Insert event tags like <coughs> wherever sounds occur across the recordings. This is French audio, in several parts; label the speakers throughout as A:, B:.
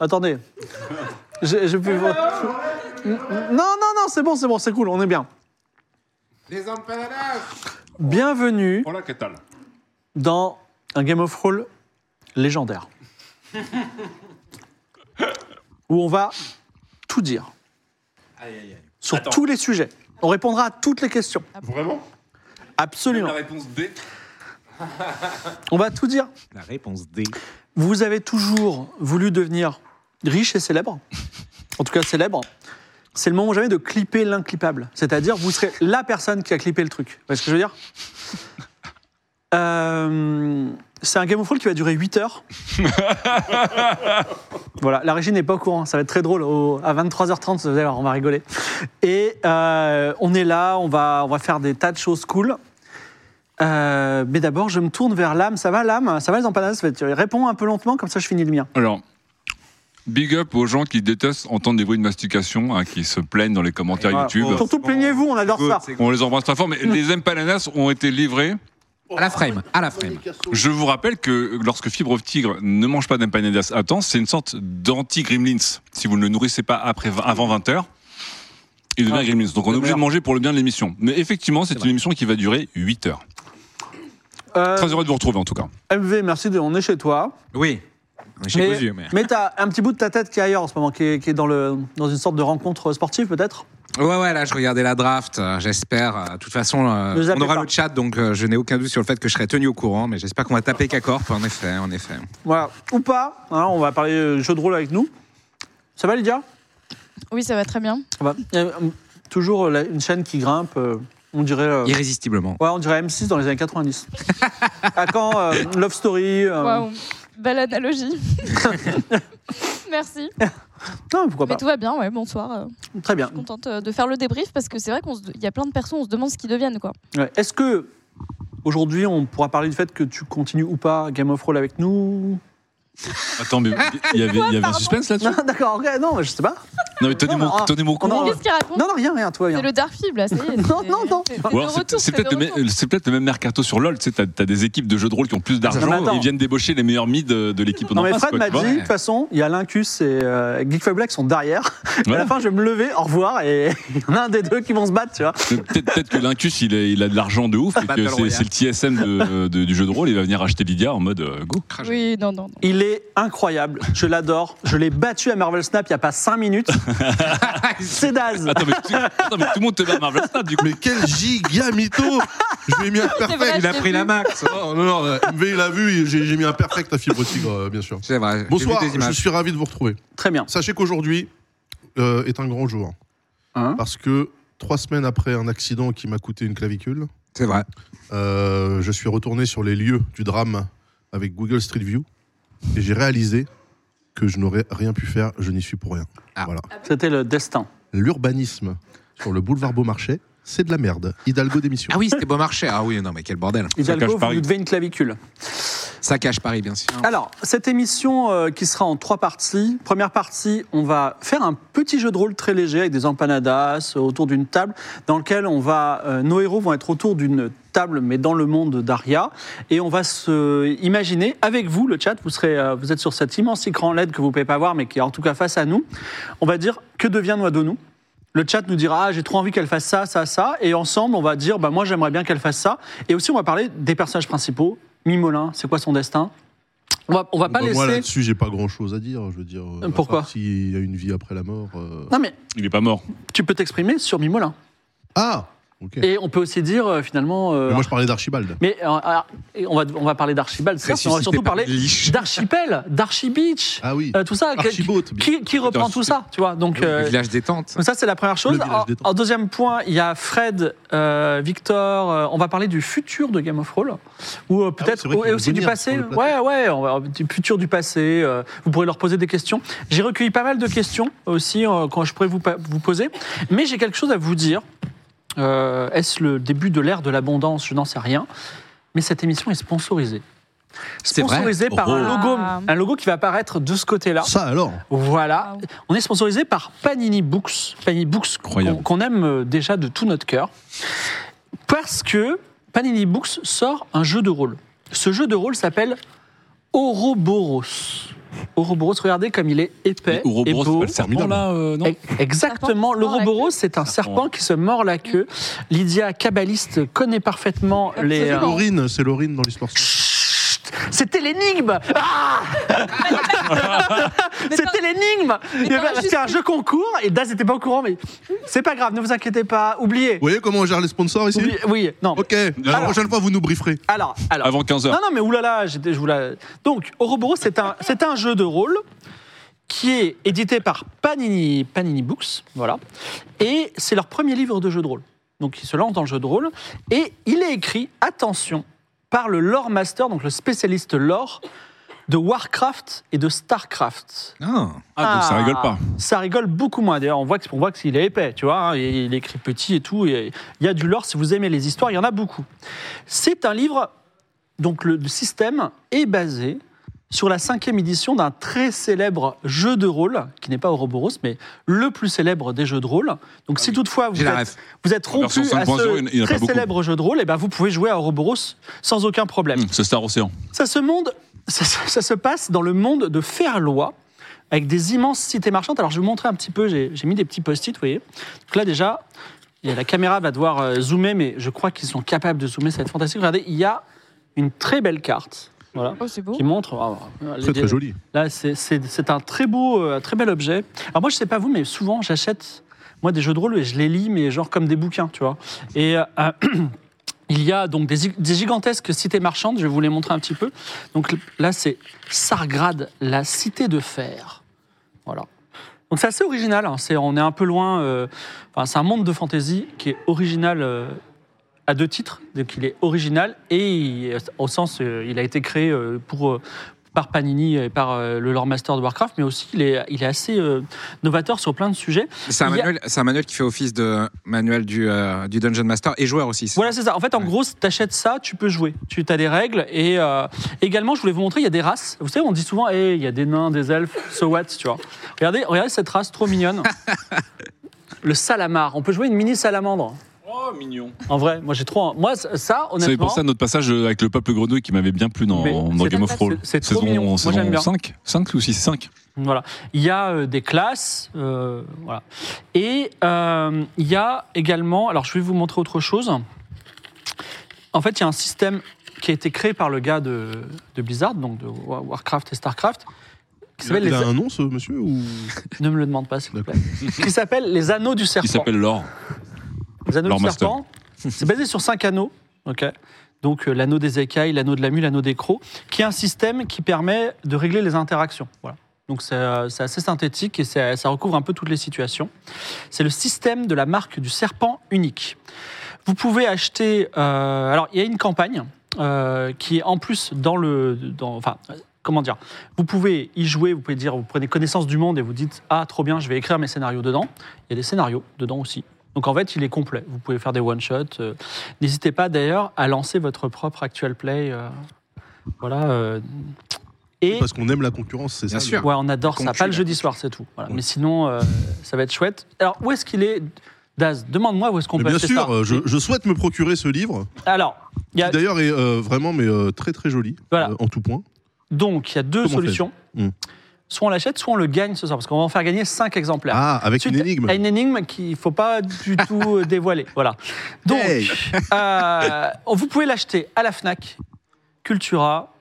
A: Attendez. J'ai j'ai plus... vo- Non, non, non, c'est bon, c'est bon, c'est cool, on est bien.
B: Les empanadas
A: Bienvenue
B: Hola, ¿qué tal
A: dans un Game of Roll légendaire. où on va tout dire. Sur
C: Attends.
A: tous les sujets. On répondra à toutes les questions.
B: Vraiment
A: Absolument.
C: La réponse D.
A: On va tout dire.
D: La réponse D.
A: Vous avez toujours voulu devenir riche et célèbre. En tout cas, célèbre. C'est le moment jamais de clipper l'inclippable. C'est-à-dire, vous serez la personne qui a clippé le truc. Vous voyez ce que je veux dire Euh, C'est un Game of Thrones qui va durer 8 heures. voilà, la régie n'est pas au courant. Ça va être très drôle. Au- à 23h30, vous allez voir, on va rigoler. Et euh, on est là, on va, on va faire des tas de choses cool. Euh, mais d'abord, je me tourne vers l'âme. Ça va, l'âme Ça va, les empanadas Tu réponds un peu lentement, comme ça je finis le mien.
E: Alors, big up aux gens qui détestent entendre des bruits de mastication, hein, qui se plaignent dans les commentaires
A: Voilà.
E: YouTube.
D: Oh.
A: Surtout,
D: bon.
A: plaignez-vous, on adore
D: Good,
A: ça.
D: c'est good.
E: On les embrasse très fort, mais les empanadas ont été livrés.
D: À la frame, à la frame.
E: Je vous rappelle que lorsque Fibre Tigre ne mange pas d'empanadas à temps, c'est une sorte d'anti-gremlins. Si vous ne le nourrissez pas après, avant 20h, il devient
A: Ah.
E: un gremlins. Donc on est obligé de manger pour le bien de l'émission. Mais effectivement, c'est une émission qui va durer 8 heures.
A: Euh,
E: Très heureux de vous retrouver en tout cas.
A: MV, merci, de, on est chez toi.
D: Oui. J'ai
A: mais
D: vos yeux, mais.
A: mais t'as un petit bout de ta tête qui est ailleurs en ce moment, qui est, qui est dans, le, dans une sorte de rencontre sportive peut-être.
D: Ouais, ouais, là, je regardais la draft. euh, J'espère. euh, De toute façon, euh,
A: Ne zappez
D: on aura
A: pas.
D: le chat, donc euh, je n'ai aucun doute sur le fait que je serai tenu au courant, mais j'espère qu'on va taper K-Corp. En effet, en effet.
A: Voilà. Ou pas, hein, on va parler euh, jeu de rôle avec nous. Ça va Lydia
F: Oui, ça va très bien.
A: Ça va. Euh, euh, Toujours euh, la- une chaîne qui grimpe, euh, on dirait... euh,
D: Irrésistiblement.
A: Ouais, on dirait M6 dans les années 90. à quand euh, Love Story euh,
F: Waouh, belle
A: <laughs>
F: analogie. <laughs> Merci.
A: Ah Non, pourquoi
F: Mais
A: pas.
F: tout va bien, ouais, bonsoir. euh,
A: Très bien.
F: Contente euh, de faire le débrief parce que c'est vrai qu'il y a plein de personnes, on se demande ce qu'ils deviennent, quoi.
A: Ouais. Est-ce que aujourd'hui on pourra parler du fait que tu continues ou pas Game of Thrones avec nous
E: Attends, mais il y avait, il y avait un suspense là-dessus
A: Non, <laughs> d'accord, ok, non, je sais pas.
E: Non, mais tenez
A: Non,
E: mon,
A: mais, ah,
E: tenez mon
A: on
E: courant.
A: en-
E: là.
F: Qu'est-ce qu'ils racontent
A: Non, non, rien, rien, toi,
F: C'est
A: rien.
F: le dark fib, là, ça y est.
A: <laughs> Non,
F: c'est-
A: non, non.
F: c'est-
A: Ou
F: C'est
E: Ou
F: de
E: alors, c'est-
F: retour,
E: c'est
F: c'est
E: peut-être
F: de
E: le, même-
F: retour.
E: c'est peut-être le même mercato sur LoL. Tu sais, t'as t'as des équipes de jeux de rôle qui ont plus
A: mais attends.
E: d'argent et ils viennent débaucher les meilleurs mids de, de l'équipe en
A: Non, mais
E: face,
A: Fred
E: quoi,
A: m'a
E: tu vois.
A: dit, de toute façon, il y a Lincus et euh, Geek Fab Black sont derrière. À la
E: Voilà.
A: fin, je vais me lever, au revoir, et <laughs> il y en a un des deux qui vont se battre, tu vois.
E: Peut-être peut-être que l'Incus, il, est- il a de l'argent de ouf et
D: Battle
E: que c'est-
D: Royale.
E: c'est le TSM de- de- du jeu de rôle. Il va venir acheter Lydia en mode euh, go.
F: Oui, non, non. non.
A: Il est incroyable, je l'adore. Je l'ai battu à Marvel Snap il n'y a pas 5
E: <laughs>
A: minutes. C'est Daz.
E: Attends mais, tout, attends, mais tout le monde te bat à Marvel Snap du coup.
B: Mais quel giga mytho Je lui ai mis un
F: C'est vrai,
B: perfect.
D: Il a
F: je l'ai
D: pris
F: vu.
D: la max.
B: Non, non, non, euh, MV il a vu, et j'ai j'ai mis un perfect à Fibre Tigre, euh, bien sûr.
D: C'est vrai. j'ai vu
B: Bonsoir,
D: des
B: je
D: images.
B: suis ravi de vous retrouver.
A: Très bien.
B: Sachez qu'aujourd'hui euh, est un grand jour.
A: Hein
B: parce que trois semaines après un accident qui m'a coûté une clavicule,
D: C'est vrai.
B: euh, je suis retourné sur les lieux du drame avec Google Street View et j'ai réalisé que je n'aurais rien pu faire, je n'y suis pour rien.
D: Ah.
B: Voilà.
A: C'était le destin.
B: L'urbanisme sur le boulevard Beaumarchais, c'est de la merde. Hidalgo démission.
D: Ah oui, c'était beau marché. Ah oui, non, mais quel bordel.
E: cache
A: Hidalgo, vous
E: Paris.
A: lui devez une clavicule.
D: Ça cache Paris, bien sûr.
A: Alors, cette émission euh, qui sera en trois parties. Première partie, on va faire un petit jeu de rôle très léger avec des empanadas euh, autour d'une table, dans lequel on va, euh, nos héros vont être autour d'une table, mais dans le monde d'Aria, et on va se imaginer avec vous, le chat, vous serez, euh, vous êtes sur cet immense écran LED que vous pouvez pas voir, mais qui est en tout cas face à nous. On va dire que devient Noadonou. Le chat nous dira ah, j'ai trop envie qu'elle fasse ça, ça, ça, et ensemble on va dire bah moi j'aimerais bien qu'elle fasse ça, et aussi on va parler des personnages principaux. Mimolin, c'est quoi son destin on va, on va pas
B: Bah, Moi
A: laisser.
B: là-dessus, j'ai pas grand-chose à dire. Je veux dire, euh, à
A: Pourquoi
B: part S'il y a une vie après la mort. euh.
A: Non mais
E: Il est pas mort.
A: tu peux t'exprimer sur Mimolin.
B: Ah Ok.
A: Et on peut aussi dire euh, finalement. euh,
B: Mais moi, je parlais d'Archibald.
A: mais euh, alors, et on, va, on va parler d'Archibald, certes, mais on va
D: Ressuscité
A: surtout
D: par
A: parler
D: une liche.
A: d'Archipel, d'Archibeach,
B: Ah oui.
A: euh, tout ça. Qui,
B: Archibaud.
A: qui- qui reprend
D: Dans-
A: tout ça, tu vois Donc,
D: Le
A: euh,
D: village des tentes.
A: donc ça, c'est la première chose.
B: Le village
A: En,
B: des temps.
A: en deuxième point, il y a Fred, euh, Victor. euh, on va parler du futur de Game of Thrones, ou euh, peut-être
B: Ah c'est vrai
A: ou-
B: qu'ils
A: et
B: vont
A: aussi du
B: venir
A: passé.
B: sur le
A: Ouais, ouais, on va- du futur du passé. euh, vous pourrez leur poser des questions. J'ai recueilli pas mal de questions aussi euh, quand je pourrais vous, pa- vous poser, mais j'ai quelque chose à vous dire. Euh, Est-ce le début de l'ère de l'abondance Je n'en sais rien. Mais cette émission est sponsorisée.
D: C'est vrai
A: Sponsorisée par un
F: Oh.
A: logo,
F: Ah.
A: un logo qui va apparaître de ce côté-là.
B: Ça alors
A: Voilà.
F: Wow.
A: On est sponsorisé par Panini Books. Panini Books qu'on
E: Incroyable.
A: qu'on aime euh, déjà de tout notre cœur. Parce que Panini Books sort un jeu de rôle. Ce jeu de rôle s'appelle Ouroboros. Ouroboros, regardez comme il est épais et
E: Ouroboros, c'est
A: beau.
E: pas le serpent,
B: Formidable.
E: là euh, Non
A: E- Exactement,
F: Serpent qui se mord la
A: l'Ouroboros,
F: queue.
A: c'est un
E: Serpent.
A: serpent qui se mord la queue. Lydia, cabaliste, connaît parfaitement
F: Absolument.
A: les... euh,
B: Laurine, c'est Laurine dans l'histoire.
A: Chut C'était l'énigme
F: <laughs>
A: Ah
F: Mais
A: C'était l'énigme Il y
F: t'aurais
A: avait-
F: juste
A: C'était un jeu concours et Daz n'était pas au courant, mais c'est pas grave, ne vous inquiétez pas, oubliez.
B: Vous voyez comment on gère les sponsors ici
A: Oubliez- Oui, non.
B: Ok, la
A: Alors-
B: prochaine fois, vous nous brieferez.
A: Alors, alors.
E: Avant 15h.
A: Non, non, mais oulala, j'étais- je vous la. Donc, Ouroboros, c'est un, c'est un jeu de rôle qui est édité par Panini, Panini Books, voilà. Et c'est leur premier livre de jeu de rôle. Donc, ils se lancent dans le jeu de rôle. Et il est écrit, attention, par le lore master, donc le spécialiste lore de Warcraft et de Starcraft.
D: Ah.
E: Ah, donc ça
A: Ah.
E: rigole pas.
A: ça rigole beaucoup moins. D'ailleurs, on voit que- on voit qu'il est épais, tu vois, hein, et il écrit petit et tout. et Il y a du lore, si vous aimez les histoires, il y en a beaucoup. C'est un livre, donc le, le système est basé sur la cinquième édition d'un très célèbre jeu de rôle, qui n'est pas Ouroboros, mais le plus célèbre des jeux de rôle.
E: Ah
A: Donc si toutefois vous
D: J'ai la
A: êtes,
D: ref.
A: vous êtes
E: En version
A: rompu à
E: 5.0, il y en a
A: ce
E: pas
A: très
E: beaucoup.
A: célèbre jeu de rôle, et ben vous pouvez jouer à Ouroboros sans aucun problème.
E: Hum, C'est Star Océan.
A: Ça se, monde, ça, se- ça se passe dans le monde de Ferlois, avec des immenses cités marchandes. Alors, je vais vous montrer un petit peu, j'ai j'ai mis des petits post-it, vous voyez. Donc là, déjà, il y a- la caméra va devoir euh, zoomer, mais je crois qu'ils sont capables de zoomer, ça va être fantastique. Regardez, il y a une très belle carte. Voilà.
F: Oh, c'est beau.
A: Qui montre. ah, les-
B: Très très joli.
A: Là, c'est- c'est c'est un très beau, euh, un très bel objet. Alors moi, je sais pas vous, mais souvent, j'achète moi des jeux de rôle et je les lis, mais genre comme des bouquins, tu vois. Et euh, euh, <clears throat> il y a donc des, gi- des gigantesques cités marchandes. Je vais vous les montrer un petit peu. Donc là, c'est Sargrad, la cité de fer. Voilà. Donc c'est assez original. hein. C'est on est un peu loin. euh, enfin, c'est un monde de fantasy qui est original. euh, à deux titres, donc il est original et il- au sens, euh, il a été créé euh, pour euh, par Panini et par euh, le lore master de Warcraft, mais aussi il est, il est assez euh, novateur sur plein de sujets.
D: C'est un,
A: Il y a-
D: manuel- c'est un manuel qui fait office de manuel du, euh, du Dungeon Master et joueur aussi. c'est
A: Voilà, c'est ça. En fait, en
D: Ouais.
A: gros, si t'achètes ça, tu peux jouer. Tu as des règles et euh, également, je voulais vous montrer, il y a des races. Vous savez, on dit souvent, Hey, il y a des nains, des elfes, so what, tu vois. Regardez, regardez cette race trop
E: <laughs>
A: mignonne. le salamar. On peut jouer une mini salamandre.
E: Oh, mignon.
A: En vrai, moi j'ai trop. Moi, ça,
E: C'est
A: honnêtement.
E: pour ça notre passage euh, avec le peuple grenouille qui m'avait bien plu dans,
A: Mais
E: dans
A: c'est
E: Game of
A: fantastique.
E: Thrones.
A: C'est trop mignon. Moi, j'aime bien.
E: 5 5 ou 6 5
A: Voilà. Il y a euh, des classes, euh, voilà. Et euh, il y a également, alors je vais vous montrer autre chose. En fait, il y a un système qui a été créé par le gars de, de Blizzard, donc de Wa- Warcraft et Starcraft, qui
B: Il a,
A: s'appelle les...
B: il a un nom, ce monsieur ou...
A: Ne me le demande pas, s'il vous plaît. qui s'appelle les Anneaux du Serpent.
E: qui s'appelle l'or.
A: Les anneaux
E: Leur
A: du
E: master.
A: serpent, c'est basé sur cinq anneaux. ok Donc euh, l'anneau des écailles, l'anneau de la mule, l'anneau des crocs, qui est un système qui permet de régler les interactions. Voilà. Donc c'est euh, c'est assez synthétique et ça, ça recouvre un peu toutes les situations. C'est le système de la marque du serpent unique. Vous pouvez acheter. euh, alors il y a une campagne euh, qui est en plus dans le. Dans, enfin, euh, comment dire Vous pouvez y jouer, vous pouvez dire, vous prenez connaissance du monde et vous dites Ah, trop bien, je vais écrire mes scénarios dedans. Il y a des scénarios dedans aussi. Donc en fait, il est complet. Vous pouvez faire des one-shots. euh. N'hésitez pas d'ailleurs à lancer votre propre actual play. euh, voilà. euh. et
B: Parce qu'on aime la concurrence, c'est ça.
D: Bien
B: le-
D: sûr.
A: ouais, on adore
D: Con
A: ça.
D: cul,
A: Pas le
D: là.
A: jeudi soir, c'est tout.
B: Mm.
A: Voilà. Mais sinon, euh, ça va être chouette. Alors où est-ce qu'il est Daz, demande-moi où est-ce qu'on
B: Mais
A: peut
B: bien
A: acheter
B: sûr,
A: ça.
B: euh, je, je souhaite me procurer ce livre,
A: Alors, il y a
B: qui d'ailleurs est euh, vraiment mais euh, très très joli,
A: Voilà.
B: euh, en tout point.
A: Donc, il y a deux
B: Comment
A: solutions.
B: Hmm.
A: Soit on l'achète, soit on le gagne ce soir, parce qu'on va en faire gagner 5 exemplaires.
B: Ah, avec
A: Suite
B: une énigme.
A: à une énigme qu'il ne faut pas
B: <laughs>
A: du tout euh, dévoiler. Voilà. Donc,
D: Hey.
A: euh, vous pouvez l'acheter à la Fnac, Cultura,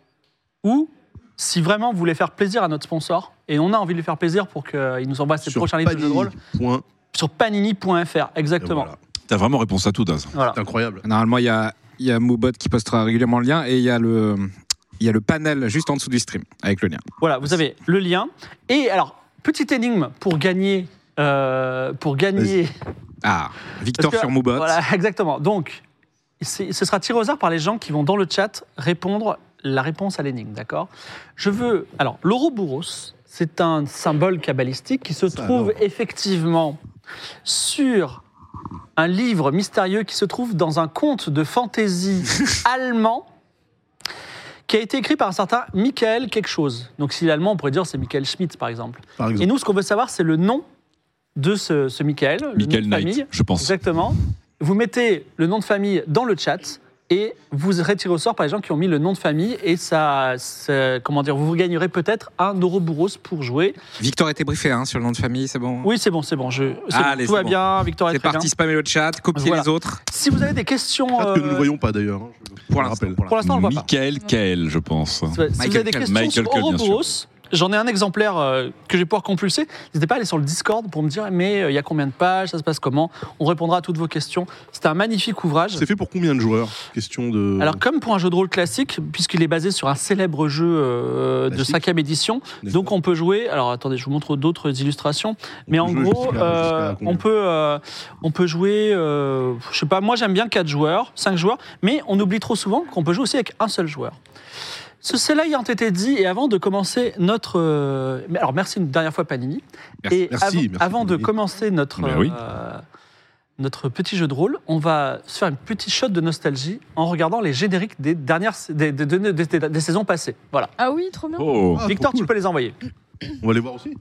A: ou si vraiment vous voulez faire plaisir à notre sponsor, et on a envie de lui faire plaisir pour qu'il euh, nous envoie ses
B: Sur
A: prochains livres de jeux de rôle,
B: Panini. Point.
A: sur panini.fr, exactement.
B: Et voilà.
E: T'as vraiment réponse à tout, Daz.
A: Voilà.
B: C'est incroyable.
D: Normalement, il y a, il y a Moubot qui postera régulièrement le lien et il y a le. Il y a le panel juste en dessous du stream avec le lien.
A: Voilà, vous avez le lien. Et alors, petite énigme pour gagner. euh, pour gagner.
D: Ah, Victor
A: Parce que-
D: sur Moubot.
A: Voilà, <laughs> exactement. Donc, c'est- ce sera tiré au hasard par les gens qui vont dans le chat répondre la réponse à l'énigme, d'accord Je veux. Alors, l'Ouroboros, c'est un symbole kabbalistique qui se trouve effectivement sur un livre mystérieux qui se trouve dans un conte de fantaisie
E: <laughs>
A: allemand qui a été écrit par un certain Michael quelque chose. Donc, s'il est allemand, on pourrait dire c'est Michael Schmitt, par exemple.
B: Par
A: Et
B: exemple.
A: nous, ce qu'on veut savoir, c'est le nom de ce, ce Michael, le nom de
E: Michael
A: famille.
E: Knight, je pense.
A: Exactement. Vous mettez le nom de famille dans le chat et vous retirez au sort par les gens qui ont mis le nom de famille et ça, ça- comment dire, vous gagnerez peut-être un Ouroboros pour jouer.
D: Victor était briefé hein, sur le nom de famille, c'est bon.
A: Oui, c'est bon, c'est bon, je, c'est
D: Allez,
A: bon, tout
D: c'est
A: va
D: bon.
A: bien, Victor est
D: c'est
A: très
D: parti,
A: bien.
D: spammer le chat, copier
A: Voilà.
D: les autres.
A: Si vous avez des questions,
B: Peut-être que nous ne
A: euh,
B: le voyons pas d'ailleurs. hein, je- je
D: Pour
B: le
D: l'instant.
B: rappelle.
D: pour
A: pour l'instant, on le voit pas.
E: Michael Kael, je pense.
A: Si vous avez des
D: Kael.
A: questions
E: Michael
A: sur
E: Kael, bien sûr.
A: Ouroboros, j'en ai un exemplaire euh, que je vais pouvoir compulser. N'hésitez pas à aller sur le Discord pour me dire mais euh, il y a combien de pages, ça se passe comment. On répondra à toutes vos questions. C'était un magnifique ouvrage.
B: C'est fait pour combien de joueurs Question de.
A: Alors, comme pour un jeu de rôle classique, puisqu'il est basé sur un célèbre jeu euh, de
B: Classique.
A: cinquième édition,
B: D'accord.
A: donc on peut jouer. Alors, attendez, je vous montre d'autres illustrations. Mais
B: peut
A: en
B: jouer
A: gros,
B: jusqu'à-
A: euh,
B: jusqu'à combien
A: on peut, euh, on peut jouer. euh, je sais pas. Moi, j'aime bien 4 joueurs, 5 joueurs, mais on oublie trop souvent qu'on peut jouer aussi avec un seul joueur. Ce- Cela ayant été dit, et avant de commencer notre. euh, mais alors, merci une dernière fois, Panini.
D: Merci.
A: et
B: Merci,
A: avant,
B: merci,
A: avant de
B: Panini.
A: commencer notre,
E: Mais oui.
A: euh, notre petit jeu de rôle, on va se faire une petite shot de nostalgie en regardant les génériques des, dernières, des, des- des- des- des saisons passées. Voilà.
F: Ah oui, trop bien.
E: Oh,
B: Ah,
A: Victor,
B: trop
A: tu peux les envoyer.
B: cool. On va les voir aussi.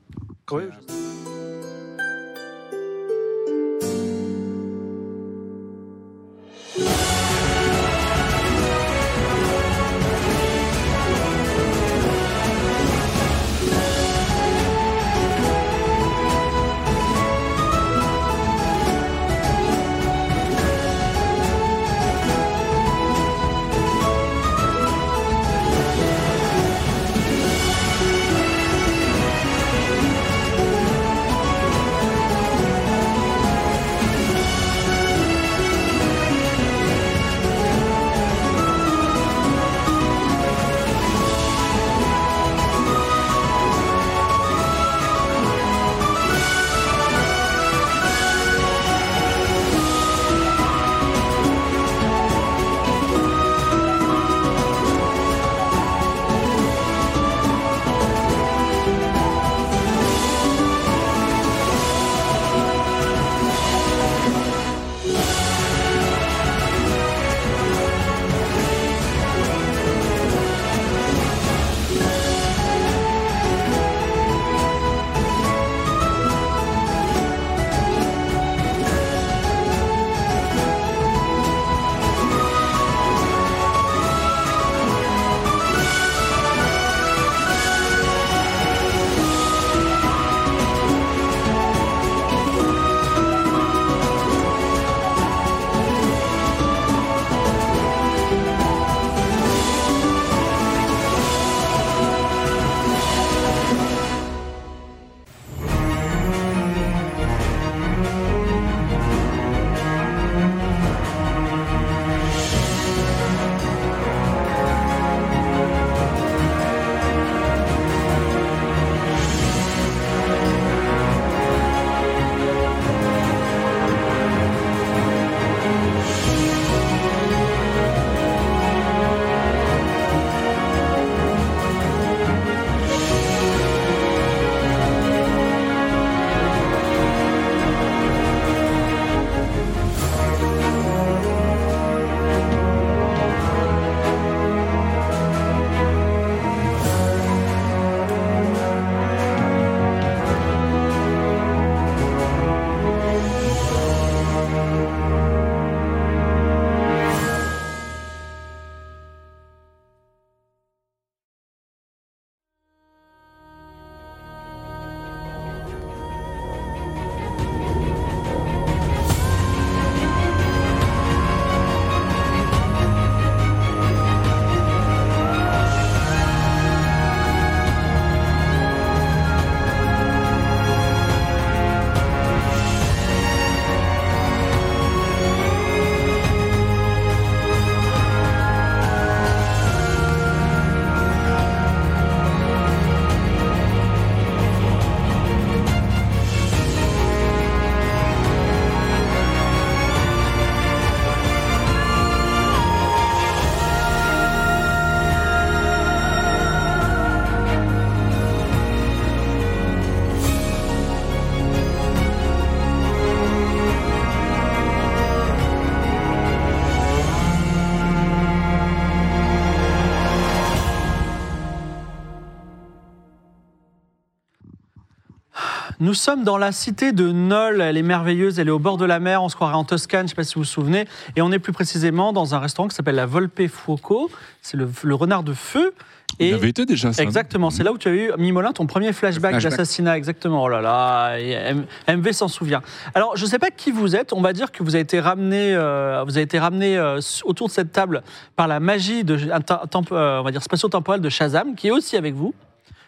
A: Nous sommes dans la cité de Nol. Elle est merveilleuse, elle est au bord de la mer. On se croirait en Toscane, je ne sais pas si vous vous souvenez. Et on est plus précisément dans un restaurant qui s'appelle la Volpe Fuoco. C'est le, le renard de feu.
E: Il
A: Et
E: avait été déjà ça.
A: Exactement, c'est là où tu as eu, Mimolin, ton premier flashback,
D: flashback.
A: d'assassinat, exactement. Oh là là, et M- MV s'en souvient. Alors, je ne sais pas qui vous êtes, on va dire que vous avez été ramené, euh, vous avez été ramené euh, s- autour de cette table par la magie de, un tem- temp- euh, on va dire spatio-temporelle de Shazam, qui est aussi avec vous.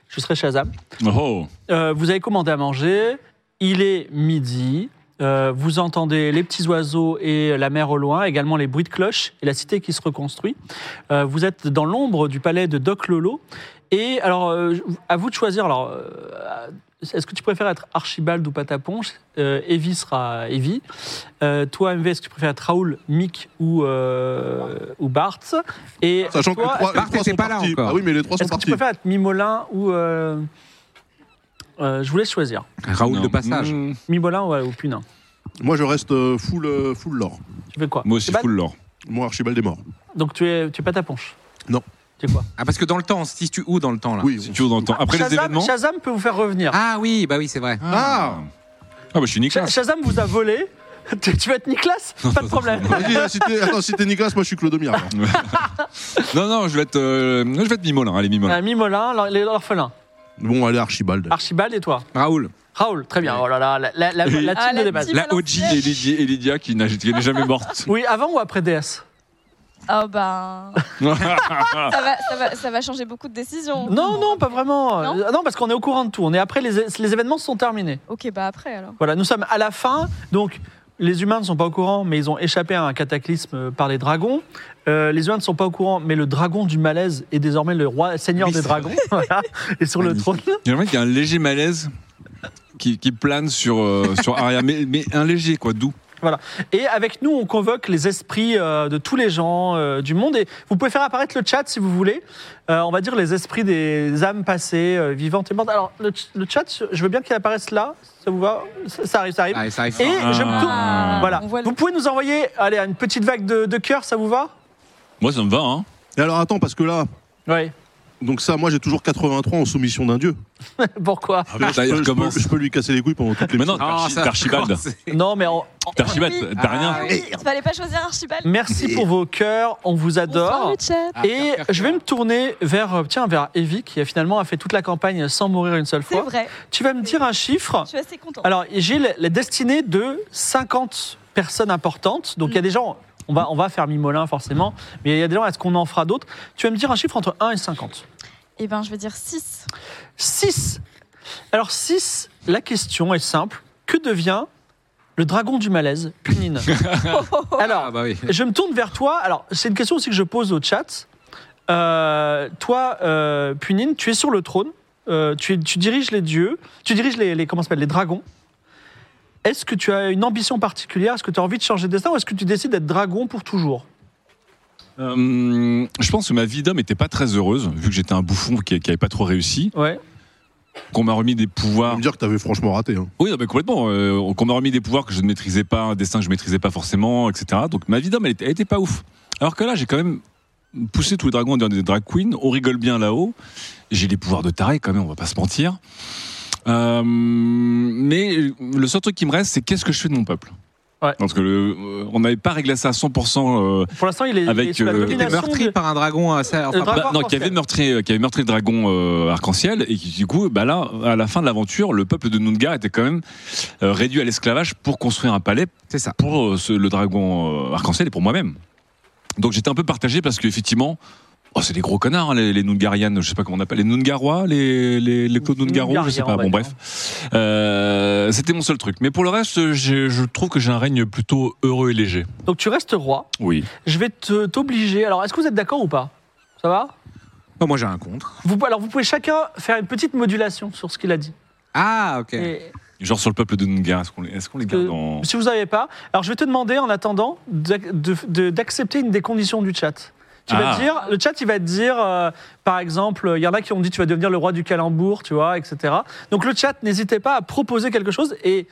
A: Je serai Shazam.
E: Oh,
A: Euh, vous avez commandé à manger, il est midi, euh, vous entendez les petits oiseaux et la mer au loin, également les bruits de cloches et la cité qui se reconstruit. Euh, vous êtes dans l'ombre du palais de Doc Lolo. Et alors, euh, à vous de choisir. Alors, euh, est-ce que tu préfères être Archibald ou Pataponche euh, Evie sera Evie. Euh, toi, MV, est-ce que tu préfères être Raoul, Mick ou, euh, ou Bart Et
B: Sachant que
A: toi,
B: les trois, les
D: Bart
B: trois
D: était
B: sont
D: pas là
B: partis.
D: encore.
B: Ah oui, mais les trois sont
A: est-ce que tu
B: partis.
A: préfères être Mimolin ou. euh, euh, je vous laisse choisir.
D: Raoul
E: non.
D: de passage.
A: Mm.
E: Mmh.
A: Mimolin Hmm. ou, ou Punin
B: Moi, je reste euh, full, euh, full lore.
A: Tu fais quoi
E: Moi aussi,
A: Tu es pas-
E: full lore.
B: Moi, Archibald est mort.
A: Donc tu es, tu es pas ta ponche
B: Non.
A: Tu es quoi
D: Ah, parce que dans le temps, on se situe où dans le temps là
B: Oui,
E: Si tu veux, dans le temps. Après les
A: Shazam,
E: événements.
A: Shazam peut vous faire revenir.
D: Ah oui, bah oui, c'est vrai.
E: Ah Ah, bah, je suis
A: Sha-
E: Nicolas.
A: Shazam vous a volé. <laughs> tu, tu veux être Nicolas Pas de problème.
B: Ah, Vas-y, là, si t'es- attends, si t'es Nicolas, moi je suis
D: <laughs>
B: Clodomir. alors.
E: Non, non, je vais être, euh, je vais être Mimolin.
A: <laughs>
E: Allez, Mimolin.
A: Euh, Mimolin, l'or- les- l'orphelin.
B: Bon, allez, Archibald.
A: Archibald et toi
D: Raoul.
A: Raoul, très bien. Oh là là, la, la, la, la
F: Ah,
A: team
F: la
A: de débat.
F: team.
E: La OG et Lydia, et Lydia qui n'a- qui n'est jamais
A: <laughs>
E: morte.
A: Oui, avant ou après DS
F: Ah ben.
E: Ah.
F: ça, va, ça, va, ça va changer beaucoup de décisions.
A: Non, non, pas vraiment.
F: Non
A: Euh, non parce qu'on est au courant de tout. On est après, les, é- les événements sont terminés.
F: Ok, bah après alors.
A: Voilà, nous sommes à la fin. Donc, les humains ne sont pas au courant, mais ils ont échappé à un cataclysme euh, par les dragons. Euh, les humains ne sont pas au courant, mais le dragon du malaise est désormais le roi, seigneur
D: Oui,
A: des
D: c'est
A: dragons. <laughs> Voilà, et sur le trône.
E: Magnifique. J'ai l'impression qu'il y a un léger malaise qui, qui plane sur, euh, sur Aria, mais, mais un léger, quoi, doux.
A: Et avec nous, on convoque les esprits euh, de tous les gens euh, du monde. Et vous pouvez faire apparaître le chat si vous voulez. Euh, on va dire les esprits des âmes passées, euh, vivantes et mortes. Alors, le, ch- le chat, je veux bien qu'il apparaisse là. Ça vous va ça, ça arrive, ça arrive.
D: Ah, ça arrive.
A: Et je me tourne.
E: Ah.
A: Voilà.
F: On voit le-
A: Vous pouvez nous envoyer allez, une petite vague de, de cœur, ça vous va
E: Moi, ça me va, hein.
B: Et alors, attends, parce que là,
A: Oui.
B: donc ça, moi j'ai toujours 83 en soumission d'un dieu.
A: <laughs> Pourquoi
E: Ça y
B: Je peux- je, peux,
E: recommence.
B: je peux lui casser les couilles pendant toutes les
E: Mais non,
D: Ah,
E: t'archi-
D: ça
E: t'archibald.
D: recommence.
A: Non, mais on-
E: T'archibald,
F: Oui.
E: t'as
D: Ah,
E: rien.
F: Oui, il fallait pas choisir Archibald.
A: merci pour vos cœurs, on vous
F: Bonsoir,
A: adore.
F: le chat.
D: Ah,
A: Et
D: faire, faire,
A: je vais me tourner vers euh, tiens vers Evie qui a finalement a fait toute la campagne sans mourir une seule
F: C'est
A: fois.
F: vrai,
A: Tu vas me dire un chiffre.
F: je suis assez contente.
A: Alors j'ai la la destinée de 50 personnes importantes.
F: Mm.
A: Donc il y a des gens on va, on va faire Mimolin forcément, mais il y a des gens, est-ce qu'on en fera d'autres Tu vas me dire un chiffre entre 1 et 50.
F: Eh ben, je vais dire 6.
A: 6. Alors 6, la question est simple. Que devient le dragon du malaise,
F: <laughs>
A: Punine Alors,
D: Ah, bah oui.
A: je me tourne vers toi. Alors, c'est une question aussi que je pose au chat. Euh, toi, euh, Punine, tu es sur le trône. Euh, tu, es- tu diriges les dieux. Tu diriges les, les- comment ça s'appelle, les dragons. Est-ce que tu as une ambition particulière Est-ce que tu as envie de changer de destin ou est-ce que tu décides d'être dragon pour toujours
E: Euh, je pense que ma vie d'homme n'était pas très heureuse, vu que j'étais un bouffon qui n'avait pas trop réussi,
A: Ouais.
E: qu'on m'a remis des
B: Tu vas
E: pouvoirs.
B: me dire que t'avais franchement raté. hein.
E: Oui, non, mais complètement. euh, qu'on m'a remis des pouvoirs que je ne maîtrisais pas, un destin que je ne maîtrisais pas forcément, etc. Donc ma vie d'homme, elle était, elle était pas ouf. Alors que là, j'ai quand même poussé tous les dragons à devenir des drag queens. On rigole bien là-haut. J'ai des pouvoirs de taré quand même, on va pas se mentir. Euh, mais le seul truc qui me reste, c'est qu'est-ce que je fais de mon peuple
A: Ouais.
E: Parce que le- euh, on n'avait pas réglé ça à 100%. euh,
A: Pour l'instant, il est,
E: Avec,
A: il est sous la
E: euh, des
D: T'es
A: domination
D: meurtri
A: de-
D: par un dragon. euh, ça- enfin,
A: Le dragon
E: Bah, non, qui
A: arc-en-ciel.
E: avait meurtri, euh, qui avait meurtri le dragon euh, arc-en-ciel et qui du coup, bah là, à la fin de l'aventure, le peuple de Nungar était quand même euh, réduit à l'esclavage pour construire un palais
D: C'est ça.
E: pour euh, ce- le dragon euh, arc-en-ciel et pour moi-même. Donc j'étais un peu partagé parce qu'effectivement, oh, c'est des gros connards, hein, les, les Nungarianes, je sais pas comment on appelle, les Nungarois, les, les, les Claude Nungaro, je sais
A: Nungariens, on
E: pas,
A: va
E: bon
A: dire.
E: bref. Euh, C'était mon seul truc. Mais pour le reste, j'ai- je trouve que j'ai un règne plutôt heureux et léger.
A: Donc tu restes roi.
E: Oui.
A: Je vais te- t'obliger. Alors, est-ce que vous êtes d'accord ou pas Ça va
D: Bon, moi, j'ai un contre.
A: vous, Alors, vous pouvez chacun faire une petite modulation sur ce qu'il a dit.
D: Ah, ok.
A: Et-
E: Genre sur le peuple de Nungar, est-ce qu'on les, est-ce qu'on les
A: que-
E: garde en...
A: Si vous n'avez pas, alors je vais te demander en attendant d'ac- de- de- d'accepter une des conditions du chat. Tu vas
E: Ah.
A: dire, le chat, il va te dire, euh, par exemple, il y en a qui ont dit tu vas devenir le roi du calembour, tu vois, etc. Donc le chat, n'hésitez pas à proposer quelque chose et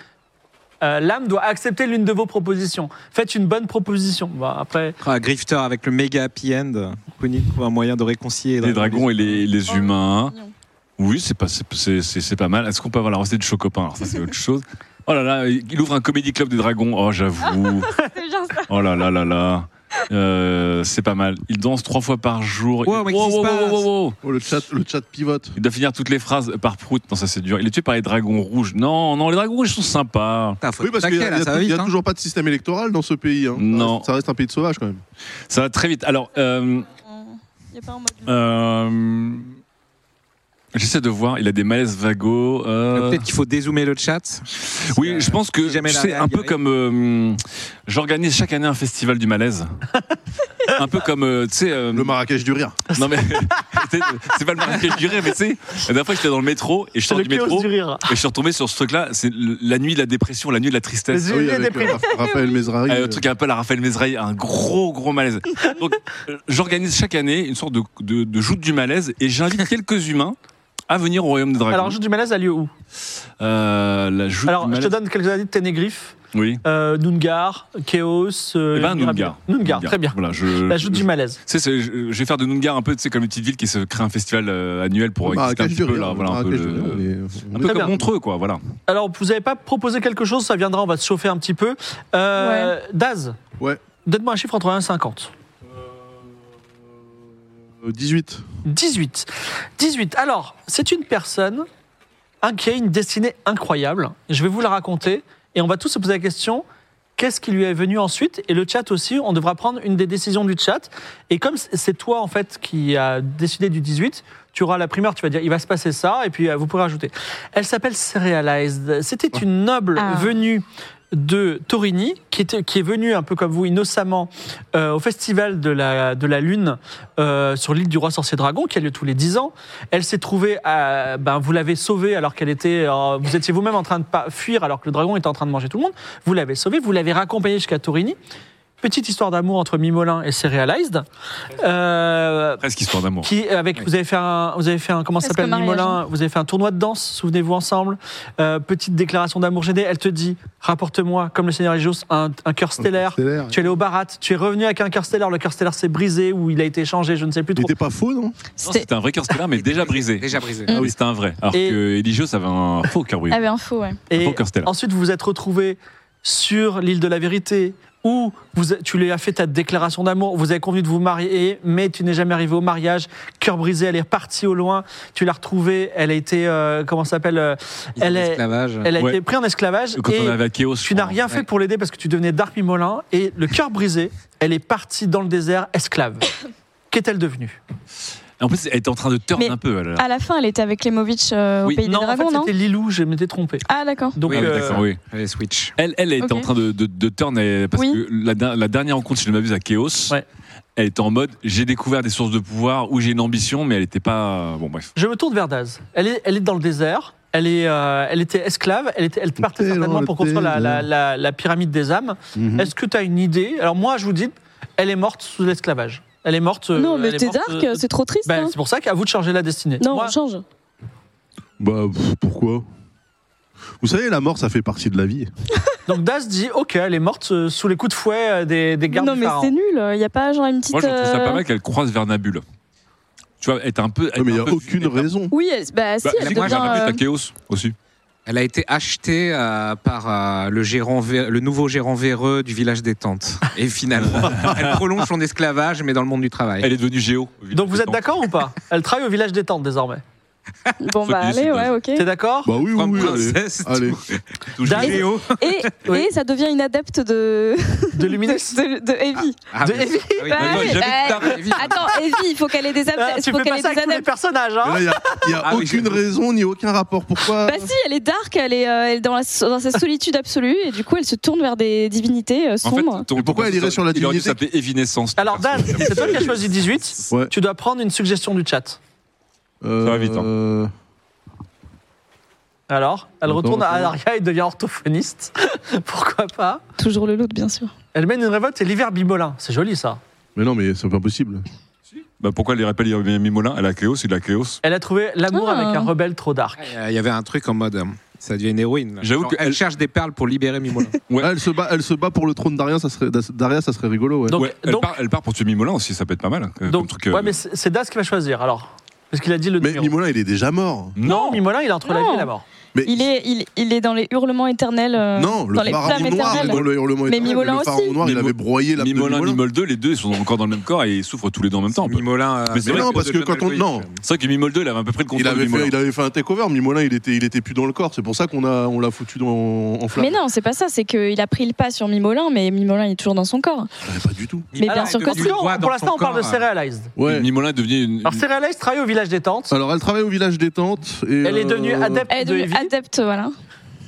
A: euh, l'âme doit accepter l'une de vos propositions. Faites une bonne proposition. Bah, après,
D: Ah, Grifter avec le méga happy end. Kuni trouve un moyen de réconcilier
E: les dragons et les, les
F: Oh,
E: humains.
F: mignon.
E: Oui, c'est pas, c'est- c'est- c'est- c'est pas mal. Est-ce qu'on peut avoir la recette du chocopin Alors, ça, c'est autre chose. Oh là là, il ouvre un comédie club des dragons. Oh, j'avoue.
F: <laughs> C'est bien ça.
E: Oh là là là là. Euh, c'est pas mal. Il danse trois fois par jour.
D: Wow, mais qu'est-ce qui se passe
B: Oh, le chat, le chat pivote.
E: Il doit finir toutes les phrases par prout. Non, ça c'est dur. Il est tué par les dragons rouges. Non, non, les dragons rouges sont sympas.
D: Putain, faut
B: Oui, parce qu'il
D: taquer,
B: n'y
D: là,
B: a, il y a-
D: ça va
B: il y a
D: vite, hein.
B: toujours pas de système électoral dans ce pays. hein. Ça
E: Non.
B: reste- Ça reste un pays de sauvages quand même.
E: Ça va très vite. Alors, euh,
F: Il y a pas un
E: Ah.
F: mode.
E: euh, j'essaie de voir. Il a des malaises vagos. euh,
D: Peut-être qu'il faut dézoomer le chat.
E: oui,
D: que,
E: je pense que
D: si jamais la
E: c'est un
D: réelle
E: peu
D: arrive.
E: comme euh, j'organise chaque année un festival du malaise. un peu comme euh, tu sais. euh,
B: Le Marrakech du rire.
E: non mais <laughs> c'est- c'est pas le mariage que je dirais, mais tu sais. La dernière fois, j'étais dans le métro et je
A: C'est
E: sors
A: le
E: du métro
A: chaos du rire.
E: et je suis retombé sur ce truc-là. C'est le- la nuit de la dépression, la nuit de la tristesse.
A: Les yeux
B: avec,
A: déprimés.
B: euh, Raph- Raphaël Mesrari.
E: Euh,
B: euh,
E: un truc un peu à la Raphaël Mesrahi, un gros gros malaise. Donc euh, j'organise chaque année une sorte de, de, de joute du malaise
A: <laughs>
E: et j'invite quelques humains à venir au Royaume des Dragons.
A: Alors, Joute du malaise a lieu où
E: Euh, la joute
A: Alors,
E: du
A: je
E: malaise.
A: te donne quelques années de Ténégriffe,
E: Oui.
A: euh, Nungar, Chaos. euh,
E: Eh ben,
A: Mirabel.
E: Nungar.
A: Nungar, très bien.
E: Voilà, je,
A: La joute
E: je-
A: du malaise.
E: Tu sais, c'est- je, je vais faire de Nungar un peu, tu sais, comme une petite ville qui se crée un festival euh, annuel pour
B: le
E: exister un
B: Marrakech
E: petit
B: du
E: peu
B: rire.
E: là,
B: le
E: voilà un peu.
B: Marrakech
E: le-
B: du rire, on est-
E: Un
B: on est-
E: peu
A: Très
E: comme
A: bien.
E: Montreux, quoi, voilà.
A: Alors, vous n'avez pas proposé quelque chose, ça viendra, on va se chauffer un petit peu. Euh, Daz,
B: Ouais.
A: donne-moi un chiffre entre 1 et 50.
B: Euh, 18.
A: 18. 18. Alors, c'est une personne hein, qui a une destinée incroyable. Je vais vous la raconter et on va tous se poser la question qu'est-ce qui lui est venu ensuite Et le chat aussi, on devra prendre une des décisions du chat. Et comme c- c'est toi, en fait, qui a décidé du 18, tu auras la primeur, tu vas dire il va se passer ça, et puis euh, vous pourrez ajouter. Elle s'appelle Cerealized. C'était une noble
F: Ah.
A: venue de Torini, qui, était, qui est venue un peu comme vous, innocemment, euh, au festival de la, de la Lune euh, sur l'île du roi sorcier dragon, qui a lieu tous les 10 ans. Elle s'est trouvée, à- ben, vous l'avez sauvée alors qu'elle était, euh, vous étiez vous-même en train de pas, fuir alors que le dragon était en train de manger tout le monde. Vous l'avez sauvée, vous l'avez raccompagnée jusqu'à Torini. Petite histoire d'amour entre Mimolin et Cerealized. Euh,
E: Presque histoire d'amour.
A: qui avec vous avez fait un vous avez fait un comment ça
F: Presque
A: s'appelle
F: mariage,
A: Nimolin vous avez fait un tournoi de danse souvenez-vous ensemble Euh, petite déclaration d'amour gênée elle te dit rapporte-moi comme le seigneur Elios un, un cœur stellaire
B: Stellaire.
A: tu es allé au Barat tu es revenu avec un cœur stellaire le cœur stellaire s'est brisé ou il a été échangé je ne sais plus
B: Il
A: trop
B: était pas faux, non
E: Non,
F: C'était.
E: C'était un vrai cœur stellaire, mais <laughs> déjà brisé.
D: Déjà brisé.
E: Ah oui, c'était un vrai. Alors
A: Et-
E: que Eligio, ça avait un faux cœur brisé.
F: Avait info, ben, ouais.
A: et
E: faux cœur stellaire.
A: ensuite vous vous êtes retrouvés sur l'île de la vérité où vous, tu lui as fait ta déclaration d'amour, vous avez convenu de vous marier, mais tu n'es jamais arrivé au mariage, cœur brisé, elle est partie au loin, tu l'as retrouvée, elle a été, euh, comment ça s'appelle, euh, elle est,
D: Esclavage.
A: Elle a
E: Ouais.
A: été prise en esclavage
E: Quand
A: et
E: on avait à Chaos. je
A: tu n'as
E: crois.
A: rien fait pour l'aider parce que tu devenais Dark Mimolin et le cœur brisé, elle est partie dans le désert esclave. <coughs> Qu'est-elle devenue
E: En plus, elle était en train de turn
F: Mais-
E: un peu. elle, là. Ah
F: À la fin, elle était avec Lemovic euh,
E: Oui.
F: au pays
A: Non,
F: des
A: en fait,
F: dragons, non
A: c'était Lilou, je m'étais trompé.
F: Ah, d'accord.
A: Donc,
D: Oui,
E: Ah oui,
A: euh,
E: d'accord, oui.
D: Elle est switch.
E: Elle, elle était
F: Ok.
E: en train de, de, de turn elle- parce
F: Oui.
E: que la, der- la dernière rencontre, si je ne m'abuse, à Chaos,
A: Ouais.
E: elle était en mode j'ai découvert des sources de pouvoir ou j'ai une ambition, mais elle n'était pas. Bon, bref.
A: je me tourne vers Daz. Elle est, elle est dans le désert. Elle, est, euh, elle était esclave, elle, était, elle partait
B: T'es dans
A: certainement
B: le
A: pour construire la, la-
B: désert.
A: la- la pyramide des âmes.
B: Mhm.
A: Est-ce que tu as une idée Alors moi, je vous dis, elle est morte sous l'esclavage. Elle est morte. euh,
C: Non, mais
A: elle est
C: t'es
A: morte,
C: dark,
A: euh,
C: c'est trop triste.
A: ben,
C: hein.
A: c'est pour ça qu'à vous de changer la destinée.
C: Non,
A: Moi,
C: on change.
B: Bah, pff, pourquoi Vous savez, la mort, ça fait partie de la vie.
A: donc Daz dit, ok, elle est morte euh, sous les coups de fouet euh, des, des gardes
C: Non,
A: du
C: mais
A: pharaon.
C: c'est nul. Il n'y a pas genre une petite.
E: Moi, je trouve ça
C: euh,
E: pas mal qu'elle croise Vernabule. Tu vois, elle était un peu.
B: Non, mais il n'y a
E: un peu-
B: aucune raison.
C: Oui, elle- bah si,
E: Bah,
C: elle
E: moi,
C: devient.
E: Vernabule, t'as
C: euh,
E: Chaos aussi.
D: Elle a été achetée euh, par euh, le, gérant vé- le nouveau gérant véreux du village des tentes. Et
E: <laughs>
D: finalement, <laughs> elle prolonge son esclavage, mais dans le monde du travail.
E: Elle est devenue Géo.
A: Donc vous êtes d'accord ou pas Elle travaille au village des tentes désormais.
C: Bon,
E: Faut
C: bah
E: qu'il
C: allez,
E: décide,
C: ouais,
E: vas-y.
C: ok.
A: T'es d'accord
B: Bah oui, oui,
D: From
B: oui. allez.
D: princess to-
B: Allez.
E: Tout
A: Dan-
E: Géo.
D: Géo.
A: <laughs>
C: Et,
A: Oui.
C: et ça devient une adepte de.
A: De Lumines
C: <laughs> de, de Evie.
D: Ah,
A: De Euh,
D: mais-
A: Evie.
D: ah oui,
C: Bah,
D: d'accord,
C: ouais,
D: j'avais
C: bah,
D: dit tard, Evie.
C: Attends, Evie, il faut qu'elle ait des adeptes.
A: Ah, Tu
C: faut
A: fais
C: qu'elle
A: pas
C: ait
A: ça
C: des
A: avec tous les
C: adeptes.
A: personnages,
B: Mais
A: hein
B: là, il n'y a, il y a
D: Ah oui,
B: aucune
D: j'ai-
B: raison ni aucun rapport. Pourquoi
C: Bah si, elle est dark, elle est, euh, elle est dans, la, dans sa solitude absolue et du coup elle se tourne vers des divinités euh,
E: En fait,
C: sombres.
E: ton-
B: Mais pourquoi
E: ton-
B: elle irait sur la
E: Il aurait dû
B: divinité
E: s'appeler Evinescence.
A: Alors Dan, c'est toi qui as choisi 18.
B: Ouais.
A: Tu dois prendre une suggestion du chat.
B: Euh,
E: va vite, hein.
B: euh,
A: Alors, elle
B: Attends,
A: retourne à
B: attends.
A: Alaria et devient orthophoniste. <laughs> Pourquoi pas
C: Toujours le loot, bien sûr.
A: Elle mène une révolte et l'hiver bimolin. C'est joli ça.
B: Mais non, mais c'est pas possible.
E: Bah, pourquoi elle irait pas lire Mimolin Elle a Chaos, il a Chaos.
A: Elle a trouvé l'amour
C: Ah.
A: avec un rebelle trop dark.
D: Ah, Il y avait un truc en mode. euh, Ça devient une héroïne. là.
E: J'avoue
D: Genre,
E: que
D: elle
E: elle-
D: cherche des perles pour libérer Mimolin.
E: Ouais.
B: Ah, elle, se bat, elle se bat pour le trône d'Aria, ça serait, d'Aria, ça serait rigolo. Ouais.
A: Donc-
E: Ouais, elle,
A: donc-
E: part, elle part pour tuer Mimolin aussi, ça peut être pas mal. euh, comme
A: Donc,
E: truc, euh,
A: ouais, mais c'est c'est Daz qui va choisir. Alors, Parce qu'il a dit le
B: Mais
A: numéro.
B: Mimolin, il est déjà mort.
A: Non,
E: Non,
A: Mimolin, il est entre la vie
C: Non.
A: et la mort.
B: Mais
C: Il est, il, il est dans les hurlements éternels. euh,
B: non,
C: dans
B: le
C: les
B: pharaon
C: flammes
B: noir est
C: éternelles.
B: dans le hurlement
C: Mais
B: éternel,
C: Mimolin
B: le pharaon
C: aussi.
B: noir, il
E: Mimo-
B: avait broyé la
E: Mimolin, Mimol 2, les deux ils sont encore dans le même corps et ils souffrent tous les deux en même temps. un peu.
D: Mimolin. euh,
E: Mais c'est
D: Mimolin
E: vrai
D: de
B: parce que
D: John
B: quand on-
D: Malkovich.
B: non.
E: C'est vrai que Mimol 2, il avait à peu près le contrôle
B: Il
E: de
B: avait,
E: Mimolin.
B: fait, il avait fait un takeover, Mimolin, il était, il était plus dans le corps. C'est pour ça qu'on a, on l'a foutu dans, en flamme.
C: Mais non, c'est pas ça, c'est qu'il a pris le pas sur Mimolin, mais Mimolin il est toujours dans son corps.
B: Ouais, Ah, pas du tout.
A: Eh
C: Mais
D: Alors,
C: bien sûr
D: il te
C: que
A: En
C: si.
A: tout cas,
D: doit
A: on-
D: dans
A: pour l'instant,
D: son
A: on parle de
D: corps,
A: Serialized.
B: euh,
E: Et Mimolin est devenu une-
A: Alors, Serialized travaille au village des tentes.
B: Alors, elle travaille au village des tentes. Et
A: Elle est devenue
B: euh,
A: adepte
C: Elle est
A: de
C: devenue
A: Heavy.
C: adepte, voilà.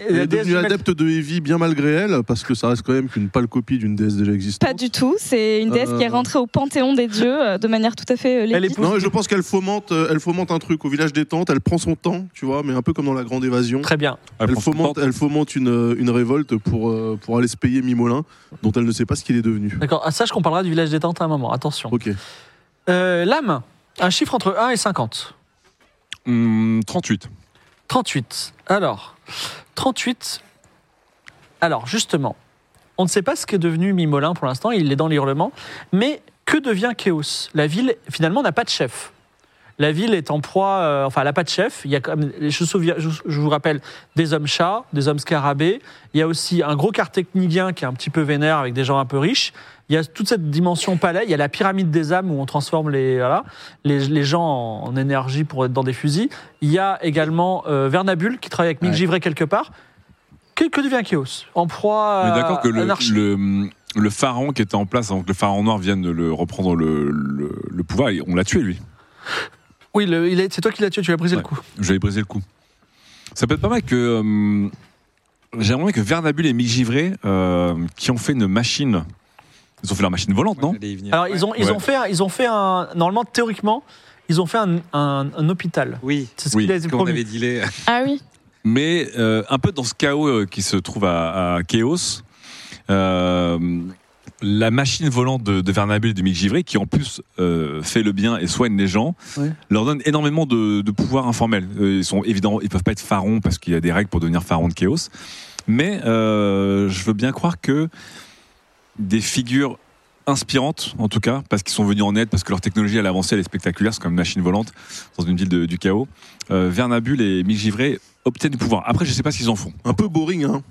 A: et
B: Elle
A: la
B: est
A: déesse
B: devenue
A: du mal-
B: adepte de Heavy bien malgré elle, parce que ça reste quand même qu'une pâle copie d'une déesse déjà existante.
C: Pas du tout, c'est une déesse qui
B: Euh.
C: est rentrée au panthéon des dieux euh, de manière tout à fait euh,
A: Elle
C: légitime.
A: épouse-
B: Non, je pense qu'elle fomente, euh, elle fomente un truc au village des tentes, elle prend son temps, tu vois, mais un peu comme dans la grande évasion.
A: Très bien.
E: Elle
B: Elle,
E: prend son
B: fomente,
E: temps.
B: elle fomente une, euh, une révolte pour, euh, pour aller se payer Mimolin, dont elle ne sait pas ce qu'il est devenu.
A: D'accord. Ah, Sache qu'on parlera du village des tentes à un moment. Attention.
B: Ok.
A: Euh, L'âme, un chiffre entre 1 et 50.
E: Hum, 38.
A: 38. Alors, 38. Alors, justement, on ne sait pas ce qu'est devenu Mimolin pour l'instant, il est dans les hurlements, mais que devient Chaos La ville, finalement, n'a pas de chef. La ville est en proie, euh, enfin, elle n'a pas de chef. Il y a quand même- je, souviens- je- je vous rappelle, des hommes chats, des hommes scarabées. Il y a aussi un gros quartier cnidien qui est un petit peu vénère avec des gens un peu riches. Il y a toute cette dimension palais. Il y a la pyramide des âmes où on transforme les, voilà, les, les gens en- en énergie pour être dans des fusils. Il y a également euh, Vernabule qui travaille avec Mick
D: Ouais.
A: Givray quelque part. Que, que devient Chaos En proie
E: Mais d'accord
A: à
E: que le,
A: l'anarchie.
E: le, le pharaon qui était en place avant que le pharaon noir vienne le reprendre le, le, le pouvoir, et on l'a tué lui.
A: Oui, le- il est- c'est toi qui l'as tué, tu lui as brisé
E: Ouais.
A: le cou.
E: J'avais brisé le coup. Ça peut être pas mal que. euh, J'aimerais bien que Vernabule et Mick Givray, euh, qui ont fait une machine. Ils ont fait leur machine volante, non
D: J'allais y venir.
A: Alors, ils, ont, ils,
E: Ouais.
A: ont fait, un- ils ont fait un. Normalement, théoriquement, ils ont fait un, un- un hôpital.
D: Oui.
A: C'est ce
E: Oui,
A: qu'il a été
D: Comme on
A: promis.
D: avait dit
E: Bah,
D: les.
C: Ah oui,
E: Mais euh, un peu dans ce chaos euh, qui se trouve à, à Chaos, euh, la machine volante de, de Vernabule et de Mick Givray, qui en plus euh, fait le bien et soigne les gens,
A: Ouais.
E: leur donne énormément de, de pouvoir informel. Euh, Ils sont évidemment, ils peuvent pas être pharaons parce qu'il y a des règles pour devenir pharaon de Chaos. Mais euh, je veux bien croire que des figures inspirantes, en tout cas, parce qu'ils sont venus en aide, parce que leur technologie elle a avancé, elle est spectaculaire, c'est comme une machine volante dans une ville de- du chaos. Euh, Vernabule et Mick Givray obtiennent du pouvoir. Après, je sais pas ce qu'ils en font.
B: Un peu boring, hein.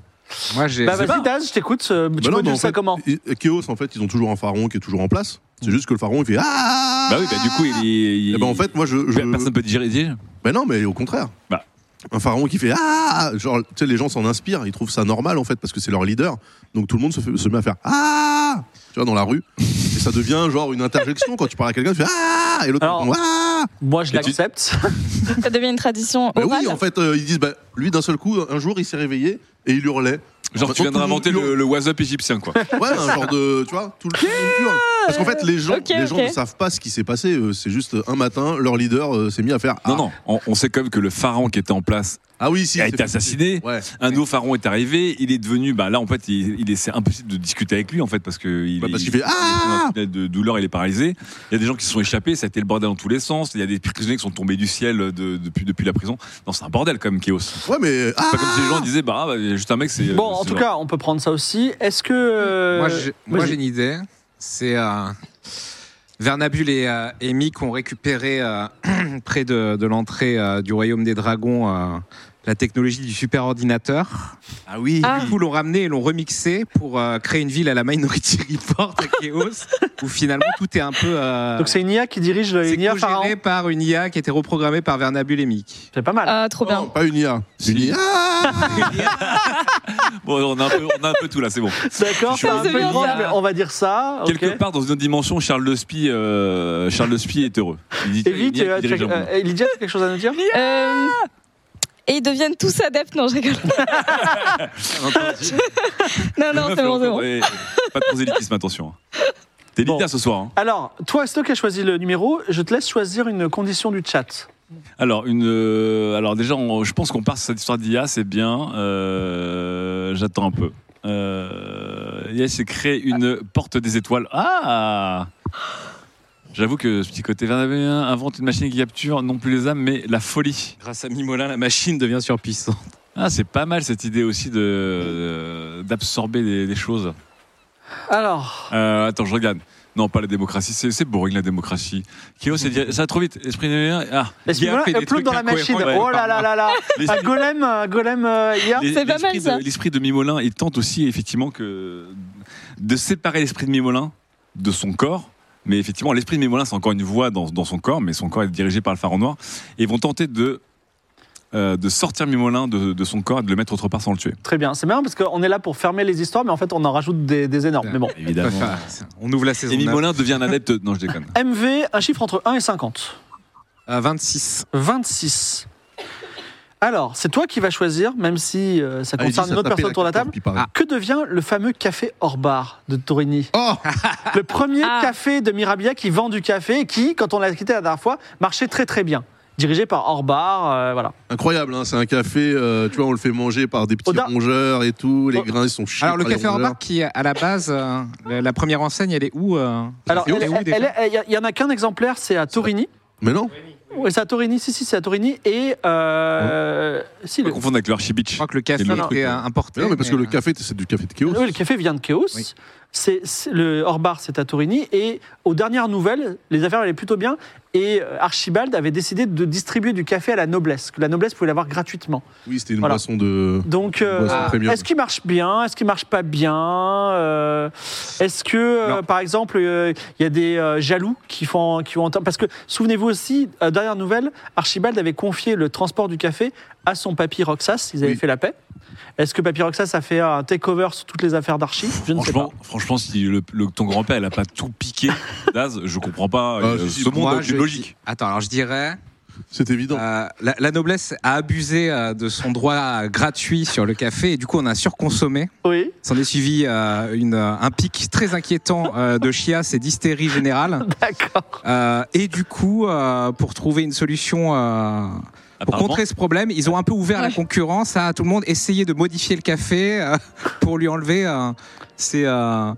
D: Moi, j'ai.
A: Bah,
D: j'ai-
A: vas-y, Daz, je t'écoute. euh, Tu
B: Bah non,
A: modules
B: mais en
A: ça
B: fait,
A: comment
B: et- et Chaos, en fait, ils ont toujours un pharaon qui est toujours en place. C'est juste que le pharaon, il fait Ah
E: Bah oui, bah du coup, il, il-
B: Eh ben, en fait, moi, je. je-
E: personne peut digérer. dire.
B: Bah non, mais au contraire.
E: Bah.
B: Un pharaon qui fait Ah Genre, tu sais, les gens s'en inspirent, ils trouvent ça normal, en fait, parce que c'est leur leader. Donc tout le monde se, fait- se met à faire Ah Tu vois, dans la rue. Et ça devient genre une interjection. Quand tu parles à quelqu'un, tu fais Ah Et l'autre,
A: Alors-
B: répond, Ah
A: Moi, je
E: Et tu-
A: l'accepte.
C: ça devient une
B: <laughs>
C: tradition
B: Bah
C: orale.
B: oui, en fait, euh, ils disent, bah, lui, d'un seul coup, un jour, il s'est réveillé et il hurlait.
E: Genre, tu viens de réinventer le, le was-up égyptien, quoi.
B: Ouais, un genre de. Tu vois, tout le tout le monde hurle. Parce qu'en fait, les gens,
C: Ok,
B: les
C: ok.
B: gens ne savent pas ce qui s'est passé. euh, C'est juste euh, un matin, leur leader euh, s'est mis à faire. Ah,
E: Non, non, on, on sait quand même que le pharaon qui était en place
B: Ah oui, si.
E: a
B: c'est
E: été
B: fait-
E: assassiné.
B: Ouais.
E: Un nouveau pharaon est arrivé. Il est devenu. Bah là, en fait, il, il est, c'est impossible de discuter avec lui, en fait, parce que il,
B: Bah, parce
E: il-
B: qu'il fait,
E: il est
B: Ah
E: dans un tunnel de douleur, il est paralysé. Il y a des gens qui se sont échappés. Ça a été le bordel dans tous les sens. Il y a des prisonniers qui sont tombés du ciel de- depuis depuis la prison. Non, c'est un bordel quand même, Chaos. C'est
B: Ouais, mais. Ah
E: pas comme si les gens disaient, bah, bah, il y a juste un mec, c'est.
B: euh,
A: Bon, en
E: c'est
A: tout
E: genre-
A: cas, on peut prendre ça aussi. Est-ce que. euh,
D: Moi, j'ai- moi,
A: vas-y.
D: j'ai une idée. C'est euh, Vernabule et euh, et Mick ont récupéré euh, <clears throat> près de, de l'entrée euh, du royaume des dragons euh, la technologie du superordinateur.
B: Ah oui
C: Ah.
D: Du coup, l'ont ramené et l'ont remixé pour euh, créer une ville à la Minority <laughs> Report à Chaos, où finalement tout est un peu. euh,
A: Donc, c'est une IA qui dirige
D: c'est
A: une IA pharaon.
D: co-géré par une IA qui a été reprogrammée par Vernabule et Mick.
A: C'est pas mal.
C: Ah, trop bien.
B: Non, pas une IA. C'est Une
E: Si.
B: IA.
E: Bon, on a un peu, on a un peu tout là, c'est bon.
A: D'accord,
E: je
A: c'est
E: suis
A: un
C: C'est
A: peu
C: bien
A: grand,
C: ça.
A: mais on va dire ça. ok.
E: Quelque part dans une autre dimension, Charles Le Spy, euh, Charles Le Spy est heureux. Il dit
A: Et vite,
E: il dit- il
A: euh, tu as-
E: dirige un monde.
A: euh, Lydia, t'as quelque chose à nous dire
C: Euh, et ils deviennent tous adeptes. Non, je
B: <laughs>
C: rigole. <laughs>
A: Ah
C: Non, non, c'est bon, c'est bon.
E: Ouais, Pas de prosélytisme, attention. hein. T'es
A: Bon.
E: leader ce soir. hein.
A: Alors, toi, c'est toi qui as choisi le numéro. Je te laisse choisir une condition du chat.
E: Alors, une, euh, alors déjà, on- je pense qu'on part sur cette histoire d'IA, c'est bien. Euh, J'attends un peu. Euh, IA s'est créé une porte des étoiles. Ah J'avoue que ce petit côté vernabéen invente une machine qui capture non plus les âmes, mais la folie.
D: Grâce à Mimolin, la machine devient surpuissante.
E: Ah, c'est pas mal cette idée aussi de euh, d'absorber des, des choses.
A: Alors,
E: Euh, attends, je regarde. Non, pas la démocratie. C'est c'est boring la démocratie. Kyo, c'est dire- ça va trop vite. Esprit de ah,
D: Il a
A: Excusez-moi,
D: fait des
A: upload
D: trucs
A: dans la machine.
D: incohérents, ouais.
A: Oh là là là là.
E: les-
A: Un golem, un golem euh, hier.
E: les-
C: C'est pas
E: l'esprit
C: mal, ça.
E: de- L'esprit de Mimolin, il tente aussi effectivement que de séparer l'esprit de Mimolin de son corps. Mais effectivement, l'esprit de Mimolin, c'est encore une voix dans, dans son corps, mais son corps est dirigé par le pharaon noir. Et ils vont tenter de, euh, de sortir Mimolin de, de son corps et de le mettre autre part sans le tuer.
A: Très bien. C'est marrant parce qu'on est là pour fermer les histoires, mais en fait, on en rajoute des, des énormes. Mais bon.
E: Évidemment.
D: Enfin, on ouvre la saison.
E: Et
D: neuf.
E: Mimolin devient un adepte. Non, je
C: <laughs>
E: déconne.
A: MV, un chiffre entre 1 et 50.
D: Euh, 26.
A: 26. Alors, c'est toi qui vas choisir, même si euh, ça
B: Ah, il dit,
A: concerne
B: ça
A: une autre
B: tapait
A: personne autour de la table.
B: carte, puis
D: Ah,
B: pareil.
A: Que devient le fameux café hors bar de Torini
B: Oh
A: Le premier
C: Ah.
A: café de Mirabia qui vend du café et qui, quand on l'a quitté la dernière fois, marchait très très bien. Dirigé par Orbar, euh, voilà.
B: Incroyable, hein, c'est un café, euh, tu vois, on le fait manger par des petits
A: Oda.
B: rongeurs et tout, les
A: Oh.
B: grains ils sont chiés.
D: Alors le
B: par les
D: café en
B: rongeurs.
D: barre qui à la base euh, la la première enseigne elle est où euh
A: Alors,
D: Elle est où,
A: elle-
D: elle est où,
A: elle-
D: déjà
A: elle- elle- il y en a qu'un exemplaire, c'est à Torini.
B: Mais non,
A: Oui, c'est à Torini, si, si, c'est à Torini. Et. euh, si,
E: Pas
A: le,
E: confondre avec le
D: Je
E: Archibitch.
D: crois que le café
E: Et le
D: était
E: truc,
D: euh,
E: ouais.
D: importé.
B: mais non, mais parce que le
D: euh,
B: café, c'est du café de Chaos.
A: oui, le café vient de Chaos.
D: Oui.
A: C'est, c'est- le Orbar, c'est à Torini. Et aux dernières nouvelles, les affaires allaient plutôt bien. Et euh, Archibald avait décidé de distribuer du café à la noblesse, que la noblesse pouvait l'avoir gratuitement.
B: Oui, c'était une
A: Voilà.
B: boisson de.
A: Donc,
B: Une
A: euh,
B: boisson premium.
A: est-ce qu'il marche bien Est-ce qu'il marche pas bien Euh, Est-ce que, euh,
D: Non.
A: par exemple, euh, il y a des euh, jaloux qui font, qui ont parce que souvenez-vous aussi, euh, dernière nouvelle, Archibald avait confié le transport du café à son papy Roxas. Ils avaient
B: Oui.
A: fait la paix. Est-ce que papy Roxas a fait un takeover sur toutes les affaires d'Archie Je ne sais pas.
E: Franchement, franchement, si le, le- ton grand-père n'a pas tout
A: <laughs>
E: piqué, Daz, je comprends pas.
B: Ah,
E: euh,
B: si, si,
E: ce
D: moi,
E: monde a
D: je-
E: une logique.
D: Attends, alors je dirais
B: C'est évident.
D: euh, la, la noblesse a abusé euh, de son droit euh, gratuit sur le café et du coup on a surconsommé.
A: Oui. <laughs>
D: S'en est suivi euh, une, euh, un pic très inquiétant euh, de chiasse et d'hystérie générale.
A: D'accord.
D: Euh, et du coup, euh, pour trouver une solution euh, pour
E: Apparemment.
D: contrer ce problème, ils ont un peu ouvert la
C: Ouais.
D: concurrence à tout le monde, essayer de modifier le café euh, <laughs> pour lui enlever euh, ses euh,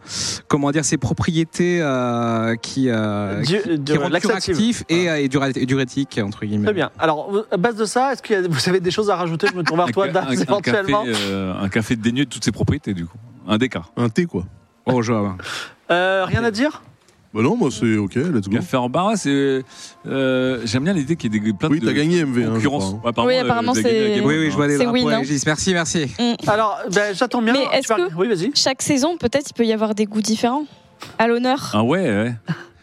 D: comment dire ses propriétés euh, qui, euh,
A: Dieu-
D: qui- qui
A: de-
D: rendent
A: laxative.
D: curatif et, euh, et dura- et diurétique entre guillemets.
A: Très bien. Alors, à base de ça, est-ce que vous avez des choses à rajouter Je me tourne vers toi,
E: ca-
A: Daz, éventuellement.
E: café, euh, un café dénué de toutes ses propriétés, du coup. Un décart.
B: Un thé, quoi.
D: Oh Joab.
A: Euh, rien à dire
B: Bah non, moi, c'est OK, let's go.
E: Café en barra, c'est. euh, J'aime bien l'idée qu'il y ait des, plein
B: Oui,
E: de.
B: t'as gagné, MV. hein, je
E: concurrence.
B: crois, hein.
E: Ouais,
C: Oui,
E: euh,
C: apparemment,
E: vous avez gagné la
C: c'est-
E: game,
D: Oui oui,
E: hein.
D: je vois des
C: C'est
D: drapeaux
C: Win, hein.
D: Aegis. Merci merci.
A: Alors, ben, j'attends bien.
C: Mais
A: Tu
C: est-ce
A: parles-
C: que-
A: Oui, vas-y.
C: Chaque saison, peut-être, il peut y avoir des goûts différents. À l'honneur,
E: Ah ouais, ouais.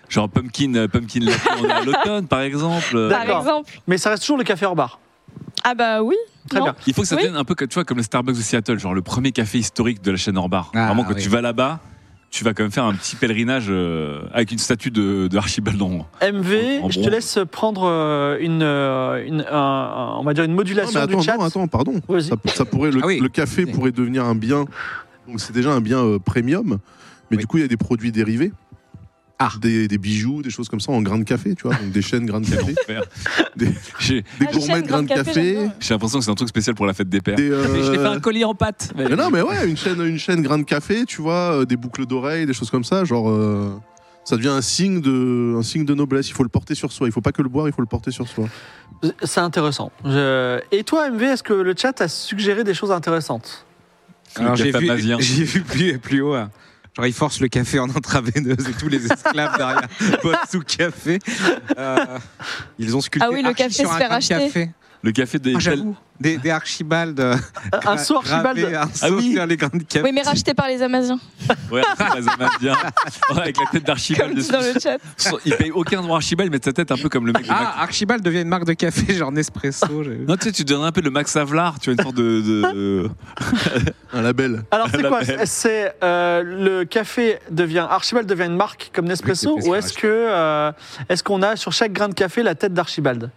E: Genre pumpkin, euh, pumpkin latte, on est
C: <laughs>
E: à l'automne, par exemple. Euh,
C: par
A: d'accord.
C: exemple.
A: Mais ça reste toujours le café hors bar.
C: Ah bah oui.
A: Très
C: non.
A: bien.
E: Il faut que ça
C: Oui.
E: devienne un peu que- tu vois, comme le Starbucks de Seattle, genre le premier café historique de la chaîne Orbar.
D: Ah,
E: Vraiment, quand
D: oui.
E: tu vas là-bas, tu vas quand même faire un petit pèlerinage euh, avec une statue de, de Archibald
D: <laughs>
E: en haut.
A: MV,
E: En
A: je te
E: bronze.
A: laisse prendre euh, une, euh, une- un- un- on va dire une
B: Non, Ah, mais
A: modulation
B: attends,
A: du chat.
B: non, attends, pardon.
A: Vas-y.
B: Ça, ça pourrait, le,
D: Ah oui.
B: le café pourrait devenir un bien. Donc, c'est déjà un bien euh, premium. Mais
D: Oui.
B: du coup, il y a des produits dérivés.
D: Ah.
B: Des, des bijoux, des choses comme ça en grains de café, tu vois. Donc, des chaînes grains
E: <laughs>
B: de café.
E: J'ai
C: Ah,
B: des
C: les
B: gourmets
C: chaînes
B: de grains de
C: grains de
B: café.
C: café, j'aime
E: j'ai l'impression que c'est un truc spécial pour la fête des pères.
D: <laughs>
B: des, euh,
E: collier en pâte.
B: Mais non, mais ouais, une chaîne, une chaîne grain de café, tu vois, euh, des boucles d'oreilles, des choses comme ça, genre. euh, ça devient un signe, de, un signe de noblesse. Il faut le porter sur soi. Il faut pas que le boire, il faut le porter sur soi.
A: C'est intéressant. Je- Et toi, MV, est-ce que le chat a suggéré des choses intéressantes
D: Alors j'ai vu
E: Capamazien.
D: j'ai vu plus plus haut. euh, Genre, ils forcent le café en intraveineuse et tous les esclaves
C: <laughs>
D: derrière boivent sous café. Euh, ils ont sculpté
C: Ah oui, le
D: Archie
C: café
D: sur
C: se
D: un
C: fait
D: grain de
C: racheter.
D: café.
E: Le café des
D: Ah, j'avoue. Des, des Archibald. euh,
A: Un saut
D: gravé,
A: Archibald.
D: Un saut
E: oui.
D: sur les grains de café.
C: Oui, mais racheté par les Amaziens,
E: Ouais, c'est les
D: <laughs>
E: Amaziens. Ouais, avec la tête d'Archibald
C: comme dit
E: dessus.
C: dans le chat.
E: Sans- Il paye aucun droit à Archibald, mais sa tête un peu comme le mec. de Max-
D: Ah, Archibald devient une marque de café, genre Nespresso. j'ai-
E: Non, tu sais, tu donnes un peu le Max Avelar, tu as une sorte
D: <laughs>
E: de. de-
B: Un label.
A: Alors, c'est
E: <laughs> La
A: quoi
E: belle.
A: C'est euh, le café devient Archibald devient une marque comme Nespresso
D: Oui, c'est
A: ou est-ce que euh, est-ce qu'on a sur chaque grain de café la tête d'Archibald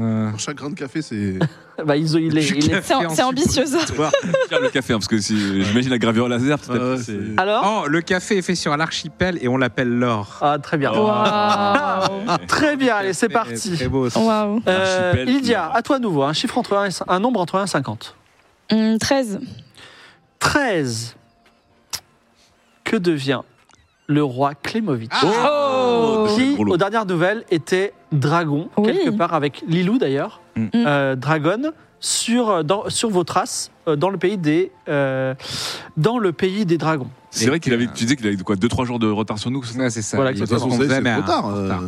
D: Euh,
B: Pour chaque grain de café, c'est.
A: Bah, ils ont- il est-
D: du
A: il est-
D: café
C: C'est
D: en
C: c'est ambitieux, ça.
E: Faire le café, hein, parce que si, j'imagine la gravure laser,
B: Ah ouais,
E: peut-être. c'est-
B: c'est-
A: Alors,
D: Oh, le café est fait sur l'archipel et on l'appelle l'or.
A: ah, très bien.
E: Oh.
C: Waouh.
E: Ouais.
A: Très bien, Ah, allez, c'est
D: Très-
A: parti.
D: Très beau. ça.
C: Waouh.
A: Euh,
E: Archipel,
A: Lydia,
E: Lydia.
A: à toi de nouveau, un chiffre entre un, et cin- un nombre entre 1 et 50.
C: Hum, 13.
A: 13. Que devient le roi Klemovic
C: Oh.
A: Qui,
E: Gros lot.
A: aux dernières nouvelles, était dragon,
C: Oui.
A: quelque part avec Lilou d'ailleurs,
D: Mm.
A: euh, dragonne, sur, euh, dans- sur vos traces euh, dans le pays des, euh, dans le pays des dragons.
E: C'est vrai qu'il
D: Et,
E: avait,
D: euh,
E: tu disais qu'il avait quoi, 2-3 jours de retard sur nous. c'est ça
D: Ouais, c'est ça.
A: Voilà,
D: Il
B: De toute façon,
D: qu'on
B: ça y est,
D: faisait, mais
B: c'est trop
D: à-
B: tard.
D: en
B: euh,
D: retard.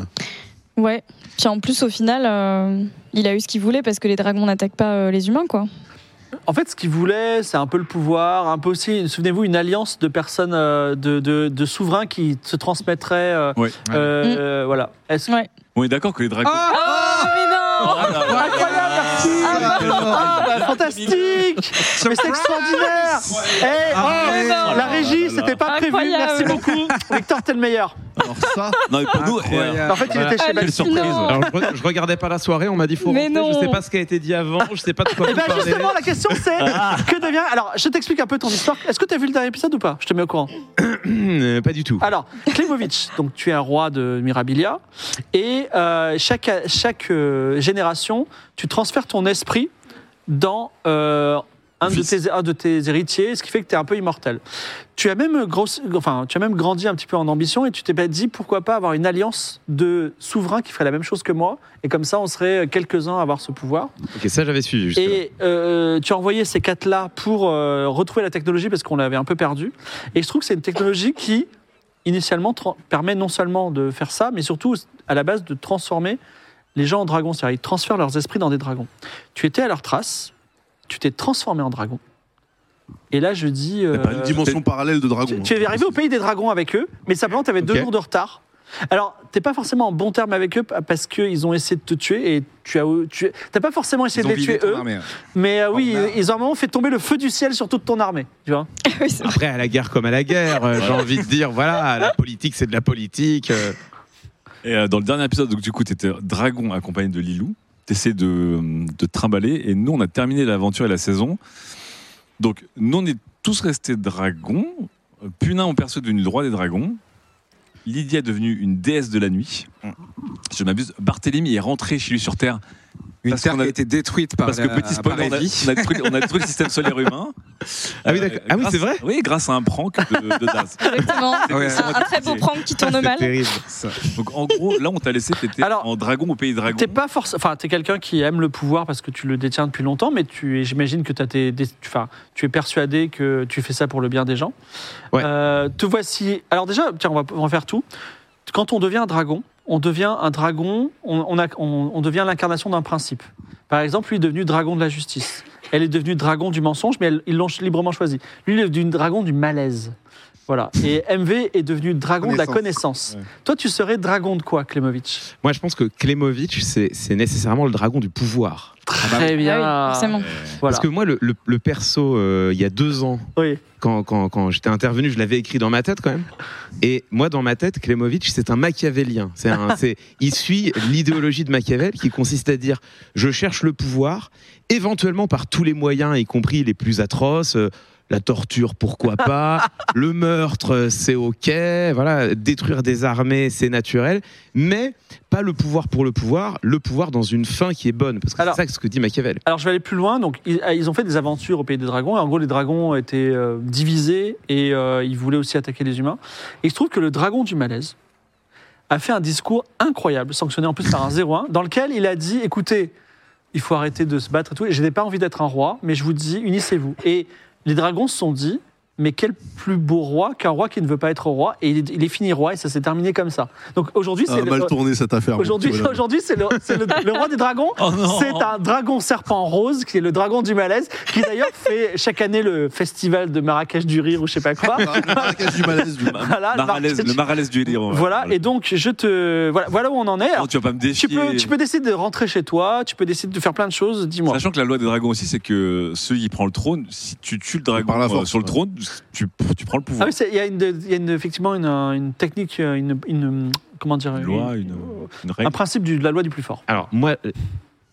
C: Ouais. Puis en plus, au final, euh, il a eu ce qu'il voulait parce que les dragons n'attaquent pas euh, les humains, quoi.
A: En fait, ce qu'il voulait, c'est un peu le pouvoir, un peu aussi, souvenez-vous, une alliance de personnes, euh, de, de- de souverains qui se transmettraient. euh,
E: Ouais.
A: euh, Voilà. Est-ce
C: Ouais.
E: On est d'accord que les dragons. Ah,
D: Ah
C: Oh, mais non
A: Incroyable, merci. Ah, bah, fantastique Mais c'est extraordinaire Eh, oh,
D: Arrête.
A: La régie, c'était pas prévu, merci
C: Incroyable.
A: beaucoup Victor, t'es le meilleur
B: Alors ça,
E: Non, mais pour nous, euh,
D: Incroyable.
A: Ah En fait, il
G: Voilà.
A: était chez
E: quelle
C: Hallucinant.
A: Baptiste.
E: surprise.
G: Alors, je, re- je regardais pas la soirée, on m'a dit faut
C: Mais
G: rentrer, je
C: non.
G: sais pas ce qui a été dit avant, je sais pas de quoi
A: <laughs> Eh
G: vous
A: ben
G: parlez.
A: justement, la question c'est que devient. Alors, je t'explique un peu ton histoire. Est-ce que t'as vu le dernier épisode ou pas Je te mets au courant.
G: <clears throat> Euh, pas du tout.
A: Alors, Klimovic, donc tu es un roi de Mirabilia, et euh, chaque, chaque euh, génération, tu transfères ton esprit dans euh, un, de
E: Fils.
A: tes, un de tes héritiers, ce qui fait que tu es un peu immortel. Tu as, même grossi- enfin, tu as même grandi un petit peu en ambition et tu t'es pas dit pourquoi pas avoir une alliance de souverains qui ferait la même chose que moi, et comme ça on serait euh, quelques-uns à avoir ce pouvoir.
G: Ok, ça j'avais suivi jusque
A: Et euh, tu as envoyé ces quatre-là pour euh, retrouver la technologie parce qu'on l'avait un peu perdue. Et je trouve que c'est une technologie qui, initialement, tra- permet non seulement de faire ça, mais surtout, à la base, de transformer les gens en dragons. C'est-à-dire, ils transfèrent leurs esprits dans des dragons. Tu étais à leur trace, tu t'es transformé en dragon. Et là, je dis. euh,
E: pas
B: une dimension parallèle de dragon.
A: tu, tu es arrivé au pays des dragons avec eux, mais simplement, tu avais deux
G: Ok.
A: jours de retard. Alors, t'es pas forcément en bon terme avec eux parce qu'ils ont essayé de te tuer et tu as tu t'as pas forcément essayé
D: Ils ont
A: de les
D: vidé
A: tuer
D: ton
A: eux.
D: armée, ouais.
A: Mais euh, oui,
D: Oh, merde.
A: ils ont un moment fait tomber le feu du ciel sur toute ton armée, tu vois.
C: <laughs> Oui, c'est-
G: Après, à la guerre comme à la guerre, euh, j'ai envie de dire, voilà, la politique c'est de la politique. euh,
E: Et euh, dans le dernier épisode, donc, du coup, tu étais dragon accompagné de Lilou. Tu essaies de, euh, de te trimballer. Et nous, on a terminé l'aventure et la saison. Donc, nous, on est tous restés dragons. Euh, Punin, on perçoit devenu le roi des dragons. Lydia est devenue une déesse de la nuit.
D: Mm.
E: Si je m'abuse, Barthélemy est rentré chez lui sur Terre
D: Une
E: Parce
D: terre
E: qu'on
D: qui a
E: a-
D: été détruite par
E: parce que,
D: la-
E: petit
D: par
E: spoiler,
D: la
E: on a,
D: vie.
E: on a détruit, on a détruit le système solaire humain.
G: Ah oui, d'accord. Ah oui,
E: grâce-
G: c'est vrai
E: Oui, grâce à un prank de, de Daz.
C: Exactement.
E: Ah,
D: Ouais.
C: Un, un très beau prank qui tourne
G: c'est
C: mal.
G: terrible.
E: Donc, en gros, là, on t'a laissé, t'étais
A: Alors,
E: en dragon au pays dragon.
A: T'es pas forcément, enfin, t'es quelqu'un qui aime le pouvoir parce que tu le détiens depuis longtemps, mais tu, es- j'imagine que t'as tes, des- tu, enfin, tu es persuadé que tu fais ça pour le bien des gens.
G: Ouais.
A: Euh, te voici. Alors déjà, tiens, on va en faire tout. Quand on devient un dragon, on devient un dragon, on, on a- on- on devient l'incarnation d'un principe. Par exemple, lui est devenu dragon de la justice. Elle est devenue dragon du mensonge, mais elle- ils l'ont librement choisi. Lui, il est devenu dragon du malaise. Voilà. Et MV est devenu dragon de la connaissance. Toi, tu serais dragon de quoi, Klemovic
G: Moi, je pense que Klemovic, c'est c'est nécessairement le dragon du pouvoir.
A: Très bien.
C: Ah oui, forcément.
A: Voilà.
G: Parce que moi, le, le- le perso, euh, il y a deux ans,
A: Oui.
G: quand, quand- quand j'étais intervenu, je l'avais écrit dans ma tête quand même. Et moi, dans ma tête, Klemovic, c'est un machiavélien. C'est un- c'est- il suit l'idéologie de Machiavel qui consiste à dire je cherche le pouvoir, éventuellement par tous les moyens, y compris les plus atroces. euh, la torture, pourquoi pas Le meurtre, euh, c'est ok. Voilà, détruire des armées, c'est naturel. Mais pas le pouvoir pour le pouvoir, le pouvoir dans une fin qui est bonne. Parce que
A: Alors-
G: c'est ça ce que dit Machiavel.
A: Alors je vais aller plus loin. Donc ils, ah, ils ont fait des aventures au pays des dragons. Et en gros, les dragons étaient euh, divisés et euh, ils voulaient aussi attaquer les humains. Et il se trouve que le dragon du malaise a fait un discours incroyable, sanctionné en plus par un 0-1, dans lequel il a dit "Écoutez, il faut arrêter de se battre et tout. Et Je n'ai pas envie d'être un roi, mais je vous dis, unissez-vous." Et les dragons se sont dit. Mais quel plus beau roi qu'un roi qui ne veut pas être roi et il est, il est fini roi et ça s'est terminé comme ça. Donc aujourd'hui
B: Ah,
A: c'est le-
B: mal tourné cette affaire. mon
A: Aujourd'hui,
B: petit bonhomme.
A: aujourd'hui, c'est le, c'est le- le roi des dragons.
E: Oh non.
A: c'est un dragon serpent rose qui est le dragon du malaise, qui d'ailleurs fait chaque année le festival de Marrakech du rire ou je sais pas quoi.
B: Ah, le Marrakech du malaise, du-
A: Voilà, le
E: Maralaise-
A: Marrakech-
E: le maralaise du hélium.
A: Ah, voilà. Et donc je te voilà, voilà où on en est. Alors,
E: Non, tu vas pas me défier.
A: tu peux, tu peux décider de rentrer chez toi, tu peux décider de faire plein de choses. Dis-moi.
E: Sachant que la loi des dragons aussi, c'est que celui qui prend le trône, si tu tues le dragon
B: Par la
E: euh,
B: force,
E: sur le
B: ouais.
E: trône, tu, tu prends le pouvoir.
A: Ah oui, c'est- il y a, une, il y a une- effectivement une, euh, une technique, une, une- comment dire,
E: une
A: une-
E: loi, une, une
A: un
E: règle.
A: principe du- de la loi du plus fort.
G: Alors, moi, euh,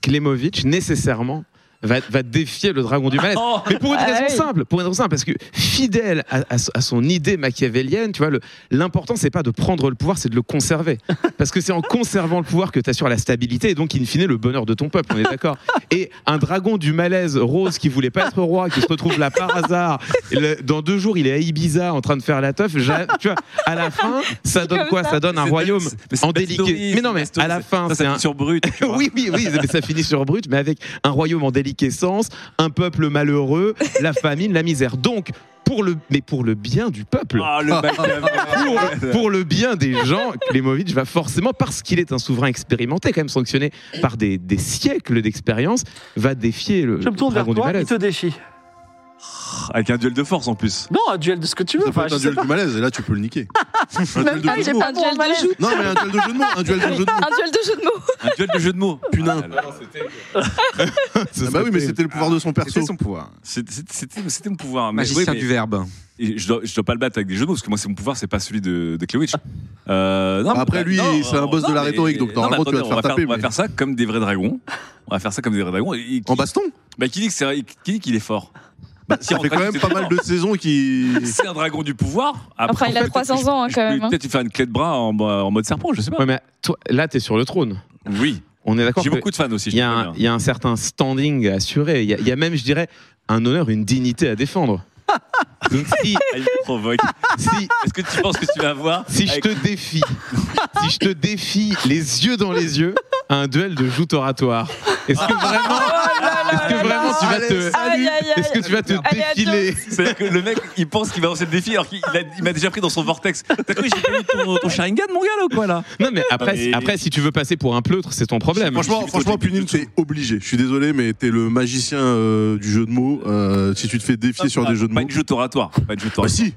G: Klemovic, nécessairement, va, va défier le dragon
E: <laughs>
G: du malaise.
E: Oh.
G: Mais pour une
C: Ah
G: raison
C: oui.
G: simple, pour une raison simple, parce que fidèle à, à son- à son idée machiavélienne, tu vois, le- l'important c'est pas de prendre le pouvoir, c'est de
E: <laughs>
G: le conserver. Parce que c'est en conservant le pouvoir que tu assures la stabilité et donc in fine le bonheur de ton peuple, on
E: <laughs>
G: est d'accord. Et un dragon du malaise rose qui voulait pas être roi, qui se retrouve là
E: <laughs>
G: par hasard, le- dans deux jours il est à Ibiza en train de faire la teuf, j'a- tu vois,
E: <laughs>
G: à la fin ça donne
C: comme
G: quoi
C: ça.
G: Ça donne un
E: C'est-
G: royaume
E: c'est- mais c'est
G: en
E: Bad
G: déliqué.
E: Story,
G: Mais non,
E: c'est
G: mais
E: Bad Story,
G: à la fin
E: ça,
G: c'est
E: ça
G: <laughs> un
E: finit sur brut. tu vois.
G: oui, oui, oui, mais ça finit sur brut, mais avec un royaume en déliquescence, un peuple malheureux, la famine, la misère. Donc, pour le, mais pour le bien du peuple.
E: Ah, le Machiavel.
G: Pour, pour le bien des gens, Klemovic va forcément, parce qu'il est un souverain expérimenté, quand même sanctionné par des, des siècles d'expérience, va défier le,
A: Je me tourne vers
G: dragon du
A: toi, il
G: malaise.
A: te défie.
E: Avec un duel de force en plus.
A: Non, un duel de ce que tu veux.
B: Ça peut
A: Enfin,
B: être
A: je
B: un
A: sais
B: duel
A: pas.
B: du malaise, et là tu peux le niquer. Un duel de
F: Ah oui,
B: jeu
F: j'ai
B: de mots.
F: pas un duel de jeu.
B: Non, mais un duel de jeu de mots, un duel de jeu de mots.
F: Un duel de jeu de mots.
E: Un duel de jeu de mots.
B: Punain.
E: Ah, là, là.
B: Ah bah oui, mais c'était le pouvoir de son perso.
D: C'était son pouvoir.
E: C'est- c'est- C'était c'était mon pouvoir. mais-
D: Magicien
E: Ah, oui,
D: du
E: mais-
D: verbe.
E: et je, dois, je dois pas le battre avec des jeux de mots parce que moi, c'est mon pouvoir, c'est pas celui de, de Klewitch. Euh, non,
B: Après,
E: mais-
B: lui, c'est un boss de la rhétorique, donc normalement, tu vas te
E: on
B: faire
E: va
B: taper,
E: On va
B: mais-
E: faire ça comme des vrais dragons. On va faire ça comme des vrais dragons. Et- et qui,
B: En baston
E: bah, qui dit que c'est- qui dit qu'il est fort bah, si
B: Ça
E: on
B: fait quand
E: rajoute,
B: même pas
E: c'est
B: mal de saisons qui.
E: C'est un dragon du pouvoir.
C: Enfin, il a
E: peut-être que
C: 300
E: je-
C: ans, hein,
E: je
C: quand
E: peux
C: même, hein.
E: Peut-être lui faire une clé de bras en, en mode serpent, je sais pas.
G: Ouais, mais toi, là, t'es sur le trône.
E: Oui.
G: On est d'accord
E: J'ai
G: que
E: beaucoup de fans aussi.
G: il y, a un- il y a un certain standing assuré. Il y, a- il y a même, je dirais, un honneur, une dignité à défendre. Donc si,
E: Ah, Il provoque.
G: si,
E: Est-ce que tu penses que tu vas voir
G: si je
E: avec-
G: te
F: <laughs>
G: défie, si je te défie les yeux dans les yeux à un duel de joute oratoire, est-ce que vraiment,
F: Ah
G: est-ce que vraiment tu vas te,
F: Aïe, aïe, aïe.
G: est-ce que tu vas te
F: Allez, à
G: défiler
E: C'est-à-dire que le mec, il pense qu'il va lancer le défi alors qu'il a- il m'a déjà pris dans son vortex. T'as cru que j'ai pas eu ton, ton Sharingan, mon gars, là, ou quoi, là
G: Non mais
E: Non,
G: après,
E: mais-
G: si- après, si tu veux passer pour un pleutre, c'est ton problème.
E: Je
B: Franchement,
E: suis
B: franchement
E: plutôt
B: Punim, t'es obligé. Je suis désolé, mais t'es le magicien euh, du jeu de mots. euh, si tu te fais défier sur des jeux de
E: Pas
B: mots.
E: une jeu oratoire. Pas une jeu
B: Bah
E: oratoire.
B: si,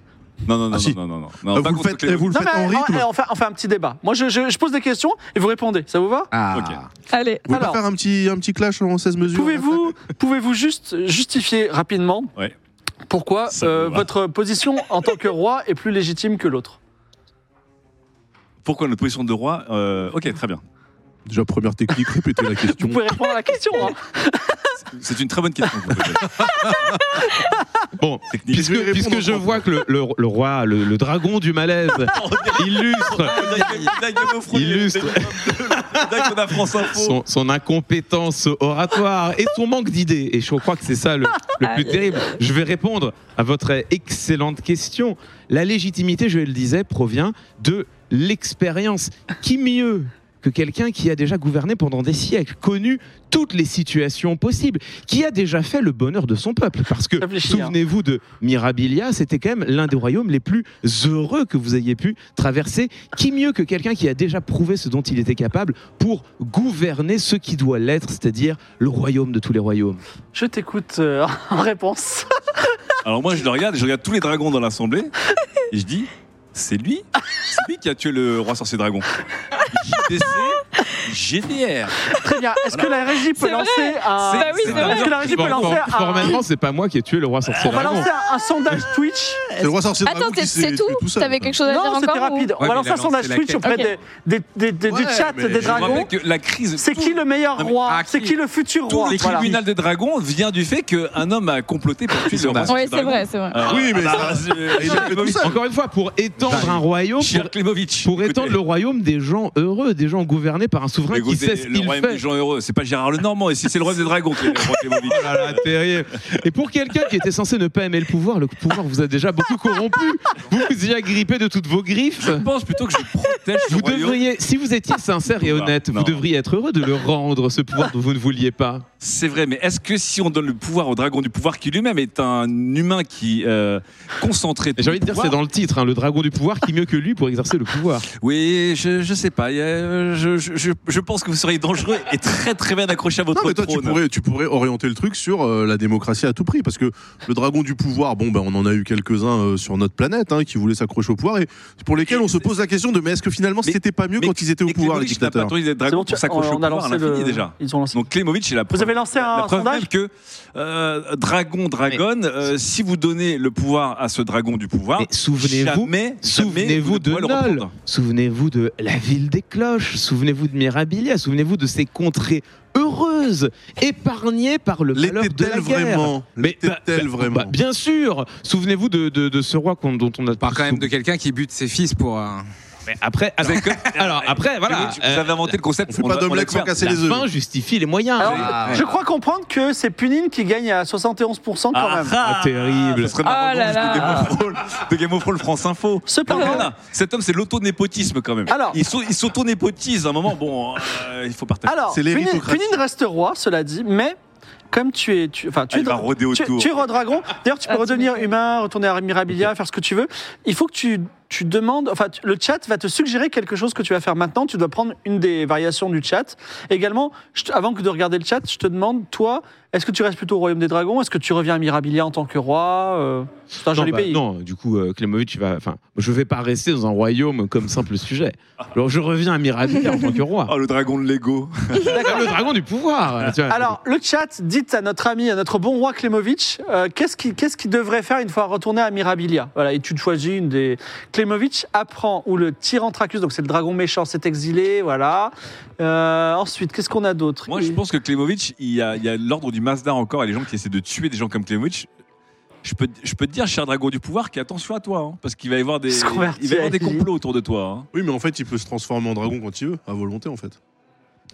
E: Non, non, non,
B: Ah, si.
E: non, non, non,
B: Bah,
E: non. pas
B: vous, le
E: contre
B: faites,
E: Clément.
B: vous le
A: Non,
B: faites en
A: mais
B: rythme.
A: on, on fait, on fait un petit débat. Moi, je, je- je pose des questions et vous répondez. Ça vous va
D: Ah.
E: Ok.
C: Allez.
B: Vous voulez
A: Alors.
B: pas faire un petit, un petit clash en 16 mesures
A: Pouvez-vous pouvez juste justifier rapidement
E: Ouais.
A: pourquoi
E: Ça
A: euh,
E: me va.
A: votre position en tant que roi est plus légitime que l'autre
E: Pourquoi notre position de roi euh, Ok, très bien.
B: Déjà, première technique, répétez la
A: Vous
B: question.
A: pouvez répondre à la question. hein.
E: C'est une très bonne question. que vous posez.
G: Bon,
E: Technique.
G: puisque, puisque je vois que le, le- le roi, le, le dragon
E: <laughs>
G: du malaise,
A: Ah,
G: illustre Illustre.
E: Dès qu'on a France Info.
G: son, son incompétence oratoire et son manque d'idées. Et je crois que c'est ça le, le plus
C: Aïe.
G: terrible. Je vais répondre à votre excellente question. La légitimité, je le disais, provient de l'expérience. Qui mieux que quelqu'un qui a déjà gouverné pendant des siècles, connu toutes les situations possibles, qui a déjà fait le bonheur de son peuple. Parce que,
A: Réfléchis, hein.
G: souvenez-vous de Mirabilia, c'était quand même l'un des royaumes les plus heureux que vous ayez pu traverser. Qui mieux que quelqu'un qui a déjà prouvé ce dont il était capable pour gouverner ce qui doit l'être, c'est-à-dire le royaume de tous les royaumes.
A: Je t'écoute euh, <laughs> en réponse.
E: Alors moi, je le regarde, et je regarde tous les dragons dans l'assemblée et je dis, c'est lui, c'est lui qui a tué le roi sorcier dragon. JDC, GDR.
A: Très bien. Est-ce que la régie peut
C: C'est vrai.
A: lancer un.
C: Bah oui, c'est vrai.
A: Est-ce que la régie peut
G: Bon,
A: lancer
G: for-
A: un.
G: formellement, c'est pas moi qui ai tué le roi sorcier
A: On va
G: dragon.
A: lancer un, un sondage Twitch.
B: C'est le roi sorcier
C: Attends,
B: dragon
C: c'est-
B: qui s'est
C: c'est tout
B: tué seul.
C: T'avais quelque chose à dire
A: Non,
C: encore
A: c'était
C: ou-
A: rapide. On
D: Ouais,
A: va
D: mais
A: lancer
D: il a
A: un sondage
D: lancé
A: Twitch auprès
C: laquelle
A: des, des- des- des- du
B: Ouais,
A: chat
B: mais
A: des
B: je
E: Je vous
A: dragons.
E: rappelle que la crise.
A: C'est
E: tout-
A: qui le meilleur
E: Non, mais
A: roi
D: à
A: C'est
D: qui
A: qui le futur
E: Tout
A: roi
E: le
A: Voilà.
E: tribunal des dragons vient du fait qu'un homme a comploté pour tuer Ah. le roi.
C: Oui, c'est vrai, c'est vrai.
B: Oui, mais
E: bah,
B: ça- il a fait tout seul.
G: Encore une fois, pour étendre un royaume, pour,
E: Cher Klemovic.
G: pour étendre le royaume des gens heureux, des gens gouvernés par un souverain qui
E: Écoutez,
G: sait ce
E: le
G: qu'il
E: royaume
G: fait.
E: des gens heureux, c'est pas Gérard le Normand, ici c'est le royaume des dragons qui est le roi Klemovic.
G: <laughs> Oh là là, terrible. Et pour quelqu'un qui était censé ne pas aimer le pouvoir, le pouvoir vous a déjà beaucoup corrompu. Vous vous y agrippez de toutes vos griffes.
E: Je pense plutôt que je protège ce
G: Vous
E: royaume.
G: devriez, si vous étiez sincère et
E: Pouvoir,
G: honnête,
E: non.
G: vous devriez être heureux de le rendre, ce pouvoir dont vous ne vouliez pas.
E: C'est vrai, mais est-ce que si on donne le pouvoir au dragon du pouvoir, qui lui-même est un humain qui euh, concentré
G: Et J'ai envie de dire, c'est dans le titre, hein, le dragon du pouvoir, qui mieux que lui pour exercer le pouvoir
E: Oui, je, je sais pas. il y a- Je, je- je- je pense que vous seriez dangereux et très très bien accroché à votre
B: Non, mais toi, tu
E: trône.
B: pourrais, tu pourrais orienter le truc sur euh, la démocratie à tout prix. Parce que le dragon du pouvoir, bon, ben, on en a eu quelques-uns euh, sur notre planète hein, qui voulaient s'accrocher au pouvoir et pour lesquels on se pose la question de mais est-ce que finalement
E: Mais-
B: c'était pas mieux
E: mais-
B: quand ils étaient au
E: Mais
B: pouvoir, les
E: Klemovic n'a pas
B: dictateurs
E: autorisé d'être dragon
A: tu-
E: pour s'accrocher
A: on
E: au
A: a
E: pouvoir à
A: lancé
E: l'infini
A: le-
E: déjà.
A: Ils ont lancé.
E: Donc Klemovic est la
A: Vous
E: preuve,
A: avez lancé un
E: la preuve
A: sondage
E: même que euh, dragon, dragon, euh, si vous donnez le pouvoir à ce dragon du pouvoir,
G: Mais souvenez-vous.
E: Bah, jamais, jamais
G: Souvenez-vous
E: ne
G: de
E: pourrez le
G: Nol,
E: reprendre.
G: souvenez-vous de la ville des cloches, souvenez-vous de Mirabilia, souvenez-vous de ces contrées heureuses, épargnées par le malheur de la
B: L'était-elle
G: guerre.
B: vraiment
G: bah,
B: L'était-elle
G: bah,
B: vraiment
G: bah, Bien sûr Souvenez-vous de, de- de ce roi qu'on- dont on a
D: Par
G: tous
D: quand même de
G: oublié.
D: quelqu'un qui bute ses fils pour. euh,
G: Mais après, alors, <laughs> alors, après, voilà.
E: Klemovic,
G: euh,
E: vous avez inventé le concept.
B: On fait
E: on
B: pas
E: a- on a
B: d'omelette sans
E: découvert.
B: casser
G: la
B: les œufs.
G: fin justifie les moyens.
A: Alors,
D: Ah, ouais.
A: je crois comprendre que c'est Punine qui gagne à 71% quand
E: Ah,
A: même.
E: ah,
G: Ah, terrible.
E: Ce serait
C: Ah
E: marrant
C: là
E: de Game
C: là.
E: of Thrones- de Game of Thrones France Info.
A: Cependant-
E: Non, mais voilà, cet homme, c'est l'autonépotisme quand même.
A: Alors-
E: il, sau- il s'autonépotisme à un moment. Bon, euh, il faut partager.
A: Alors,
B: C'est
A: Punine
B: l'héritocratie.
A: Punine reste roi, cela dit, mais comme tu es, tu, enfin, tu,
E: Ah,
A: es
E: il va
A: dra-
E: rôder
A: tu,
E: autour.
A: tu es roi dragon. D'ailleurs, tu peux
C: Ah, tu
A: redevenir
C: m'étonnes.
A: humain, retourner à Mirabilia, faire ce que tu veux. Il faut que tu, tu demandes, enfin, tu- le chat va te suggérer quelque chose que tu vas faire maintenant. Tu dois prendre une des variations du chat. Également, je te- avant que de regarder le chat, je te demande, toi, est-ce que tu restes plutôt au royaume des dragons Est-ce que tu reviens à Mirabilia en tant que roi Euh, C'est un
G: Non,
A: joli
G: bah,
A: pays.
G: non, du coup, euh, Klemovic va. Enfin, je vais pas rester dans un royaume comme simple sujet. Alors, je reviens à Mirabilia en tant que roi.
A: <laughs>
E: Oh, le dragon de Lego.
A: D'accord.
G: le dragon du pouvoir. tu vois.
A: Alors, le chat, dites à notre ami, à notre bon roi Klemovic, euh, qu'est-ce qu'il qu'est-ce qu'il devrait faire une fois retourné à Mirabilia Voilà, et tu choisis une des. Klemovic apprend, ou le Tyrantracus, donc c'est le dragon méchant, s'est exilé, voilà. Euh, ensuite, qu'est-ce qu'on a d'autre
E: Moi, je pense que Klemovic, il y a, il y a l'ordre du Mazda encore et les gens qui essaient de tuer des gens comme Klemovic. Je peux, je peux te dire, cher dragon du pouvoir, qu'attention à toi, hein, parce qu'il va y avoir des,
A: Se
E: il va
A: convertir
E: y avoir
A: à
E: des
A: Lily.
E: complots autour de toi. hein.
B: Oui, mais en fait, il peut se transformer en dragon quand il veut, à volonté en fait.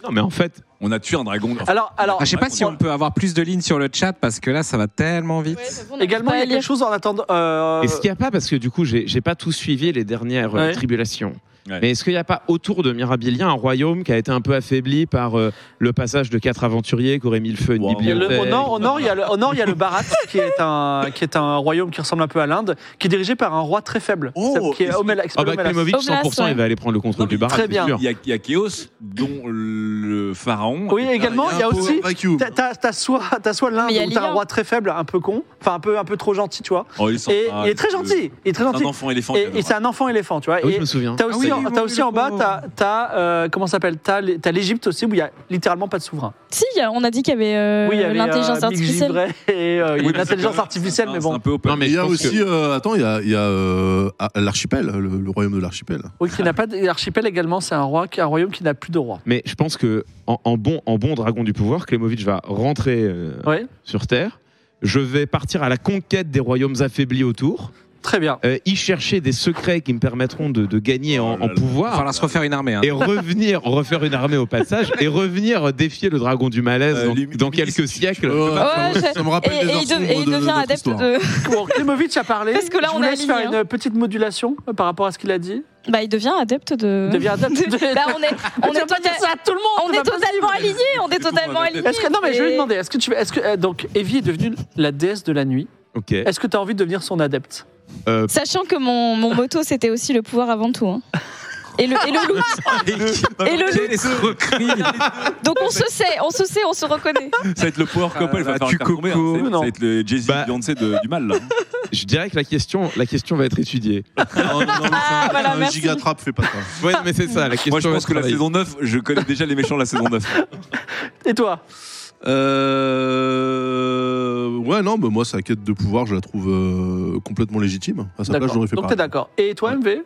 G: Non, mais en fait,
E: On a tué un dragon. Enfin,
A: Alors, alors
D: Ah, je sais pas si on peut avoir plus de lignes sur le chat parce que là, ça va tellement vite.
A: également, il y a quelque chose en attendant. euh,
G: est-ce qu'il n'y a pas, parce que du coup, j'ai j'ai pas tout suivi les dernières euh,
A: Ouais.
G: tribulations.
E: Ouais.
G: Mais est-ce qu'il n'y a pas autour de Mirabilia un royaume qui a été un peu affaibli par euh, le passage de quatre aventuriers qui auraient mis le feu à une
E: Wow.
A: Il y a le-
G: bibliothèque
A: au, nord, au nord, il y a le, au nord, il y a le Bharat, qui est, un, qui est un royaume qui ressemble un peu à l'inde, qui est dirigé par un roi très faible,
B: Oh,
A: qui est
B: est-ce que-
A: Omela-
G: Ah bah
A: Omela-
G: Klimovic,
C: Oblas,
G: 100%,
C: ouais.
G: il va aller prendre le contrôle
E: Non,
G: du
E: mais
G: bar.
A: très
G: c'est
A: bien.
G: sûr.
E: il y a, il y a Chaos, dont le pharaon.
A: Oui, également, il y a
B: un
A: aussi.
B: power vacuum.
A: T'as- T'as t'as soit, t'as soit l'Inde
C: Mais il y a
A: où t'as un
C: Lien.
A: roi très faible, un peu con, enfin un peu, un peu trop gentil, tu vois.
E: Oh, il est sympa,
A: Et il est très
E: le-
A: gentil, il est très
E: Un
A: gentil.
E: enfant éléphant.
A: Et, et c'est un enfant éléphant, tu vois.
G: Ah oui,
A: et
G: je me souviens.
A: t'as aussi,
D: Ah oui,
A: en-
D: oui,
A: t'as
D: oui,
A: aussi
D: le
A: en bas,
D: pauvre.
A: t'as, t'as, euh, comment ça s'appelle T'as l'E- t'as l'Égypte aussi où il y a littéralement pas de souverain.
C: Si, il y a- on a dit qu'il y avait euh,
A: oui, il y avait euh,
C: l'intelligence
A: Mick
C: artificielle.
A: Givray et euh,
E: Oui, mais
A: l'intelligence
E: c'est quand
A: artificielle,
E: même-
A: mais
E: c'est
A: bon,
E: un peu open.
G: Non, mais
B: Il y a
G: je pense
B: aussi,
G: que-
B: euh, attends, il y a, il y a, euh, à- l'archipel, le, le royaume de l'archipel.
A: oui, qui n'a pas de- l'archipel également, c'est un roi, qui- un royaume qui n'a plus de roi.
G: Mais je pense que en, en bon, en bon dragon du pouvoir, Klemovic va rentrer euh,
A: Ouais.
G: sur Terre. Je vais partir à la conquête des royaumes affaiblis autour,
A: Très bien.
G: euh, y chercher des secrets qui me permettront de, de gagner en,
E: Oh là
G: en
E: là.
D: Il va
G: pouvoir.
D: falloir se refaire une armée. <laughs> hein.
G: Et revenir, <laughs> refaire une armée au passage, et revenir défier le dragon du malaise
E: Euh,
G: dans,
E: limite-
G: dans
E: limite,
G: quelques
E: si tu
G: siècles.
B: Ouais,
C: Ouais,
B: ça,
C: je-
B: ça me
C: Et,
B: rappelle
C: et
B: des
C: il,
B: heures
C: de- et il
B: sombres de
C: devient
B: notre
C: adepte
B: histoire.
C: de.
A: Bon, Klemovic a parlé.
C: Parce que là,
A: je
C: on
A: vous
C: a
A: laisse faire
C: aligné, hein.
A: une petite modulation euh, par rapport à ce qu'il a dit.
C: Bah, il devient adepte de.
A: Il devient adepte de-
C: <laughs> Là, on est,
A: <laughs>
C: on est,
A: Tiens, pas
C: tota-
A: dire ça à tout le monde.
C: on
A: c'est
C: est
A: pas
C: totalement
A: possible.
C: alignés. On est
E: tout, on
C: totalement
E: est adepte.
C: alignés.
A: Est-ce que- non, mais je vais
C: Et-
A: lui demander, est-ce que tu, est-ce que euh, donc Evie est devenue la déesse de la nuit
G: Ok.
A: Est-ce que tu as envie de devenir son adepte
G: Euh,
C: Sachant que mon, mon moto, c'était aussi le pouvoir avant tout. hein. Et le, et le loot. Et le
D: Quelle escroquerie.
C: Donc on se sait, on se sait, on se reconnaît.
E: Ça va être le power couple. il
D: Ah,
E: va falloir
D: tu
E: le faire tomber, hein.
D: coco.
E: Ça va- Ça
A: Non.
E: va être le Jay-Z
G: Bah-
E: Beyoncé de-
D: <laughs>
E: du mal, là.
G: je dirais que la question, la question va être étudiée.
B: Ah, Non,
C: <laughs>
B: non, non, non, c'est un-
C: Ah, voilà,
B: un
C: merci.
B: gigatrap, fais pas ça.
G: Ouais, non, mais c'est ça. La question
E: Moi, je
G: va
E: pense
G: être
E: que la
G: travaillée.
E: saison 9, je connais déjà les méchants de la saison 9.
A: Et toi
B: Euh... Ouais, non, mais moi, sa quête de pouvoir, je la trouve euh, complètement légitime. À sa place,
A: D'accord.
B: j'aurais fait
A: Donc
B: pareil.
A: t'es d'accord. Et toi,
B: Ouais.
A: MV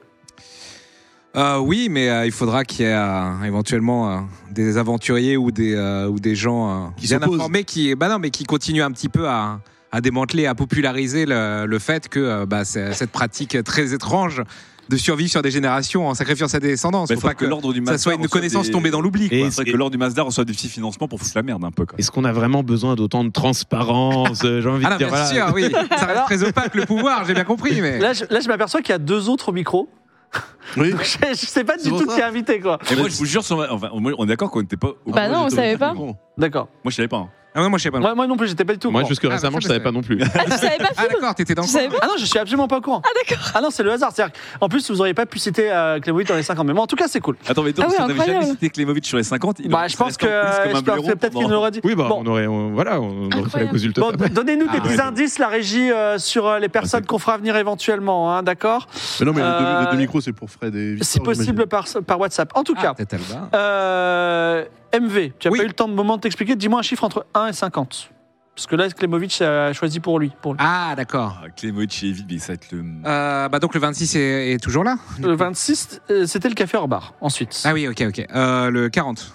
D: Euh, oui, mais euh, il faudra qu'il y ait euh, éventuellement euh, des aventuriers ou des, euh, ou des gens euh,
B: Qui
D: bien
B: s'opposent.
D: informés qui, bah non, mais qui continuent un petit peu à, à démanteler, à populariser le, le fait que euh, bah, c'est- cette pratique très étrange de survivre sur des générations en sacrifiant sa descendance.
E: Il
D: Faut pas que,
E: l'ordre du
D: ça
E: Mazda
D: soit une
E: reçoive
D: connaissance
E: des-
D: tombée dans l'oubli.
G: Et
D: quoi.
E: Ouais, C'est vrai que l'ordre du Mazda reçoit des petits financements pour foutre la merde un peu. Quoi.
G: Est-ce qu'on a vraiment besoin d'autant de transparence euh, J'ai envie
D: Ah non,
G: de dire
D: bien
G: voilà.
D: sûr, oui. Ça
A: Alors-
D: reste très opaque le pouvoir, j'ai bien compris, mais.
A: Là, je, là, je m'aperçois qu'il y a deux autres micros. <laughs>
B: Oui.
A: Donc, <laughs> je, je sais pas
B: C'est
A: du
B: pour
A: tout
B: ça.
A: qui est invité, quoi.
E: Et moi, je vous jure, sur ma- enfin, au moins, on est d'accord qu'on n'était pas. au
C: Bah
E: courant,
C: non, on
E: j'étais au courant.
C: savait pas.
E: Moi,
A: D'accord.
E: je savais pas. hein.
D: Ah non, moi, je sais pas.
A: Moi, moi non plus, j'étais pas du tout. au
G: Moi,
A: courant.
G: jusque
D: Ah,
G: récemment,
D: mais
G: je
D: ça,
G: savais
D: je
G: pas non plus.
C: Ah, tu savais pas,
D: Ah
C: Phil
D: d'accord, t'étais dans
C: Tu
D: le
C: savais
D: coin.
C: pas.
A: Ah non, je suis absolument pas au courant. Ah
C: d'accord.
A: Ah non, c'est le hasard. C'est-à-dire que- en plus, vous auriez pas pu citer euh, Clémoïde dans les 5 ans. Mais moi, en tout cas, c'est cool.
E: Attends, mais donc,
C: Ah ouais,
E: si on n'avait jamais
C: incroyable.
E: cité Klemovic sur les 50, il
A: bah,
E: aurait-
A: je
E: ça
A: pense que
E: restait en coulisses comme
A: je
E: un
A: pense que
E: blaireau
A: peut-être qu'il nous
E: pendant-
A: aurait dit.
G: Oui, bah,
A: Bon.
G: on aurait, on- voilà, on aurait fait la
C: Incroyable.
G: consulte.
A: Bon,
G: après.
A: donnez-nous des
D: Ah,
A: petits
G: ouais.
A: indices, la régie, euh, sur euh, les personnes qu'on fera venir éventuellement, hein, d'accord
B: Mais non, mais les deux-
A: Euh,
B: les deux, micros, c'est pour Fred et Victor,
A: Si possible
B: j'imagine.
A: par, par WhatsApp. En tout
D: Ah,
A: cas,
D: peut-être Alba.
A: Euh, MV, tu n'as
D: Oui.
A: pas eu le temps de moment de t'expliquer. Dis-moi un chiffre entre 1 et 50. Parce que là, Klemovic a choisi pour lui. Pour lui.
D: Ah d'accord.
E: Ah, Klemovic et Evie, mais ça va être le.
A: Ah
D: Euh, bah donc le 26 est, est toujours là.
A: Le 26, euh, c'était le café hors bar. Ensuite,
D: Ah oui, ok, ok. Euh, le 40.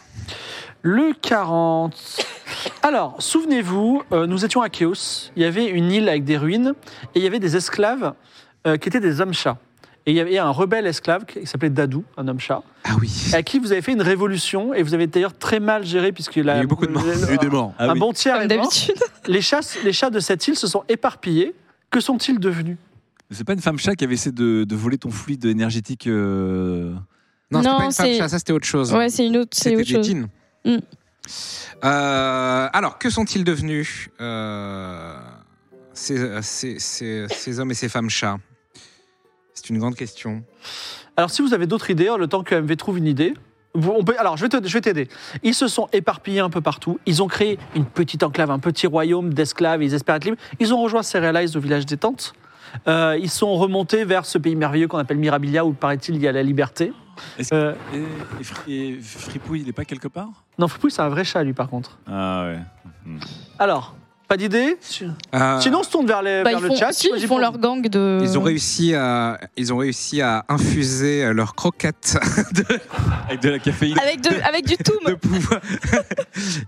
A: le 40. Alors, souvenez-vous, euh, nous étions à Chaos. Il y avait une île avec des ruines et il y avait des esclaves euh, qui étaient des hommes-chats. Et il y avait un rebelle esclave qui s'appelait Dadou, un homme-chat,
D: Ah oui.
A: à qui vous avez fait une révolution et vous avez d'ailleurs très mal géré puisque
D: Il y a eu beaucoup
A: <laughs>
D: de morts. Ah
B: Il y a eu des morts.
E: Ah
A: Un bon tiers
C: Comme
A: est mort.
C: d'habitude.
A: Les chats, les chats de cette île se sont éparpillés. Que sont-ils devenus
E: C'est pas une femme chat qui avait essayé de, de voler ton fluide énergétique. euh,
D: Non,
C: Non,
D: c'était pas une femme
C: c'est-
D: chat, ça c'était autre chose.
C: Ouais, c'est une autre, c'est
D: c'était
C: autre
D: des
C: chose.
D: jeans.
C: Mm.
D: Euh, alors, que sont-ils devenus euh, ces, euh, ces- ces- ces hommes et ces femmes chats C'est une grande question.
A: Alors, si vous avez d'autres idées, hein, le temps que MV trouve une idée. vous- on peut, alors, je vais te- je vais t'aider. Ils se sont éparpillés un peu partout. Ils ont créé une petite enclave, un petit royaume d'esclaves. Ils espèrent être libres. Ils ont rejoint Serialized au village des tentes. Euh, ils sont remontés vers ce pays merveilleux qu'on appelle Mirabilia, où paraît-il il y a la liberté.
E: Est-ce-
A: Euh,
E: Et, et Fri- et Fripouille, il est pas quelque part
A: non, Fripouille, c'est un vrai chat, lui, par contre.
E: Ah ouais.
A: Alors, pas d'idée Si-
D: Euh,
A: Sinon, on se tourne vers, les,
C: Bah,
A: vers
C: ils
A: le
C: font,
A: chat.
C: si, ils
A: Vas-y,
C: font
A: pour-
C: leur gang de.
D: ils ont, réussi à, ils ont réussi à infuser euh, leurs croquettes <laughs>
E: Avec de la caféine.
C: Avec, de- avec du
D: de
C: toum.
B: <laughs>
D: pouvoir.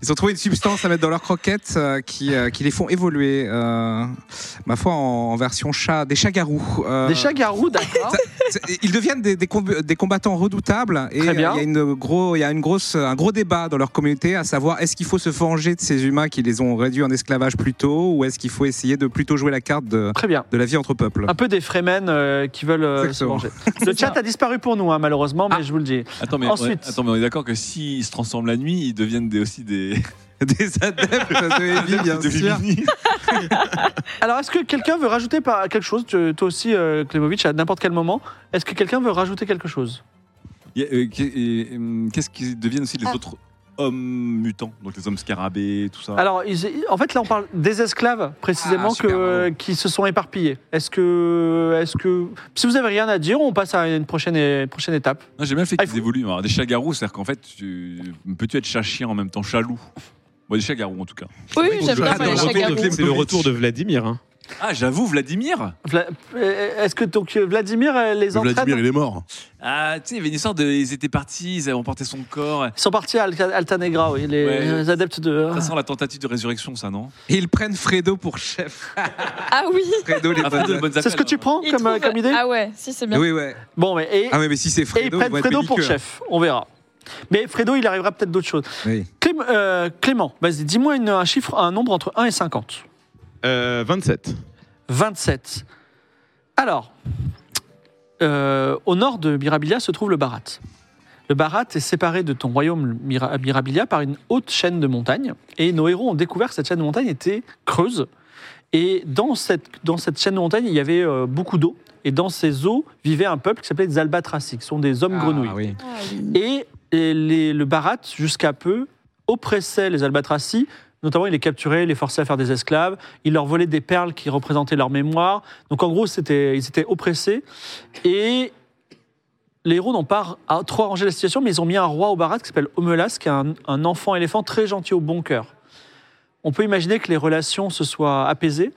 D: Ils ont trouvé une substance à mettre dans leurs croquettes euh, qui, euh, qui les font évoluer. euh, ma foi, en, en version chat, des chats garous. euh,
A: Des chats garous, d'accord.
D: c'est- Ils deviennent des, des comb- des combattants redoutables et
A: Très
D: euh, il y
A: bien.
D: a une gros, il y a une grosse, un gros débat dans leur communauté à savoir est-ce qu'il faut se venger de ces humains qui les ont réduits en esclavage plus tôt ou est-ce qu'il faut essayer de plutôt jouer la carte de,
A: Très bien.
D: de la vie entre peuples.
A: Un peu des Fremen euh, qui veulent euh, se
D: Exactement. Ah.
A: manger.
D: <laughs>
A: Le chat a disparu pour nous, hein, malheureusement, mais je vous le dis.
E: Attends, mais,
A: Ensuite.
E: ouais, attends, mais on est d'accord que s'ils se transforment la nuit, ils deviennent des-
A: <laughs>
E: aussi des.
A: Ah.
D: <laughs> Des adeptes de Heavy, bien
E: des
D: sûr.
E: féministes.
A: Alors, est-ce que quelqu'un veut rajouter par- quelque chose Tu- Toi aussi, euh, Klemovic, à n'importe quel moment. Est-ce que quelqu'un veut rajouter quelque chose
E: Il y a, euh, qu'est- et, hum, Qu'est-ce qu'ils deviennent aussi les
F: Ah.
E: autres hommes mutants Donc les hommes scarabées, tout ça.
A: Alors, ils- en fait, là, on parle des esclaves, précisément,
D: Ah, super,
A: que, euh, qui se sont éparpillés. Est-ce que, est que. Si vous avez rien à dire, on passe à une prochaine, une prochaine étape.
E: Non, J'ai bien fait
A: Ah, il
E: qu'ils
A: faut-
E: évoluent. Alors, des chats garous, c'est-à-dire qu'en fait, tu... peux-tu être chat-chien en même temps chat-loup Bon, des chats garous en tout cas.
C: Oui, j'aime bien
D: Ah,
C: les
D: dans
C: chats
D: le retour de
C: garous.
D: Clem-
G: C'est le retour de Vladimir. hein.
E: Ah, j'avoue, Vladimir
A: Vla- euh, Est-ce que donc, euh, Vladimir euh, les entraîne
B: Vladimir, il est mort.
E: Ah, tu sais, il y avait une histoire de. Ils étaient partis, ils avaient emporté son corps.
A: Ils sont partis à Alta- Altanegra, oui, les,
E: Ouais.
A: les adeptes de.
E: Ça sent la tentative de résurrection, ça, non
D: Et ils prennent Fredo pour chef.
C: Ah oui.
D: Fredo, les
E: Ah,
D: bonnes-
E: Fredo, bonnes
A: C'est ce
E: affaires,
A: que tu
E: hein.
A: prends
C: ils
A: comme, euh,
C: trouvent-
A: comme idée
C: Ah ouais, si, c'est bien.
D: Oui, ouais.
A: Bon, mais. Et,
D: Ah, mais, mais si c'est
A: et
D: Fredo,
A: ils
D: ils vont
A: prennent
D: être
A: Fredo pour
D: belliqueux. hein.
A: chef, on verra. Mais Fredo, il arrivera peut-être d'autres choses.
D: Oui.
A: Clém- euh, Clément, vas-y, dis-moi une- un chiffre, un nombre entre 1 et 50.
G: Euh, 27.
A: 27. Alors, euh, au nord de Mirabilia se trouve le Barat. Le Barat est séparé de ton royaume Mira- Mirabilia par une haute chaîne de montagnes. Et nos héros ont découvert que cette chaîne de montagne était creuse. Et dans cette, dans cette chaîne de montagne, il y avait euh, beaucoup d'eau. Et dans ces eaux vivait un peuple qui s'appelait les Albatraci, qui sont des hommes
D: Ah,
A: grenouilles.
D: oui.
C: Ah oui.
A: Et, et les- le Barat, jusqu'à peu, oppressait les albatracis. Notamment, il les capturait, il les forçait à faire des esclaves. Il leur volait des perles qui représentaient leur mémoire. Donc, en gros, c'était, ils étaient oppressés. Et les héros n'ont pas à- trop arrangé la situation, mais ils ont mis un roi au Barat qui s'appelle Omelas, qui est un, un enfant éléphant très gentil au bon cœur. On peut imaginer que les relations se soient apaisées.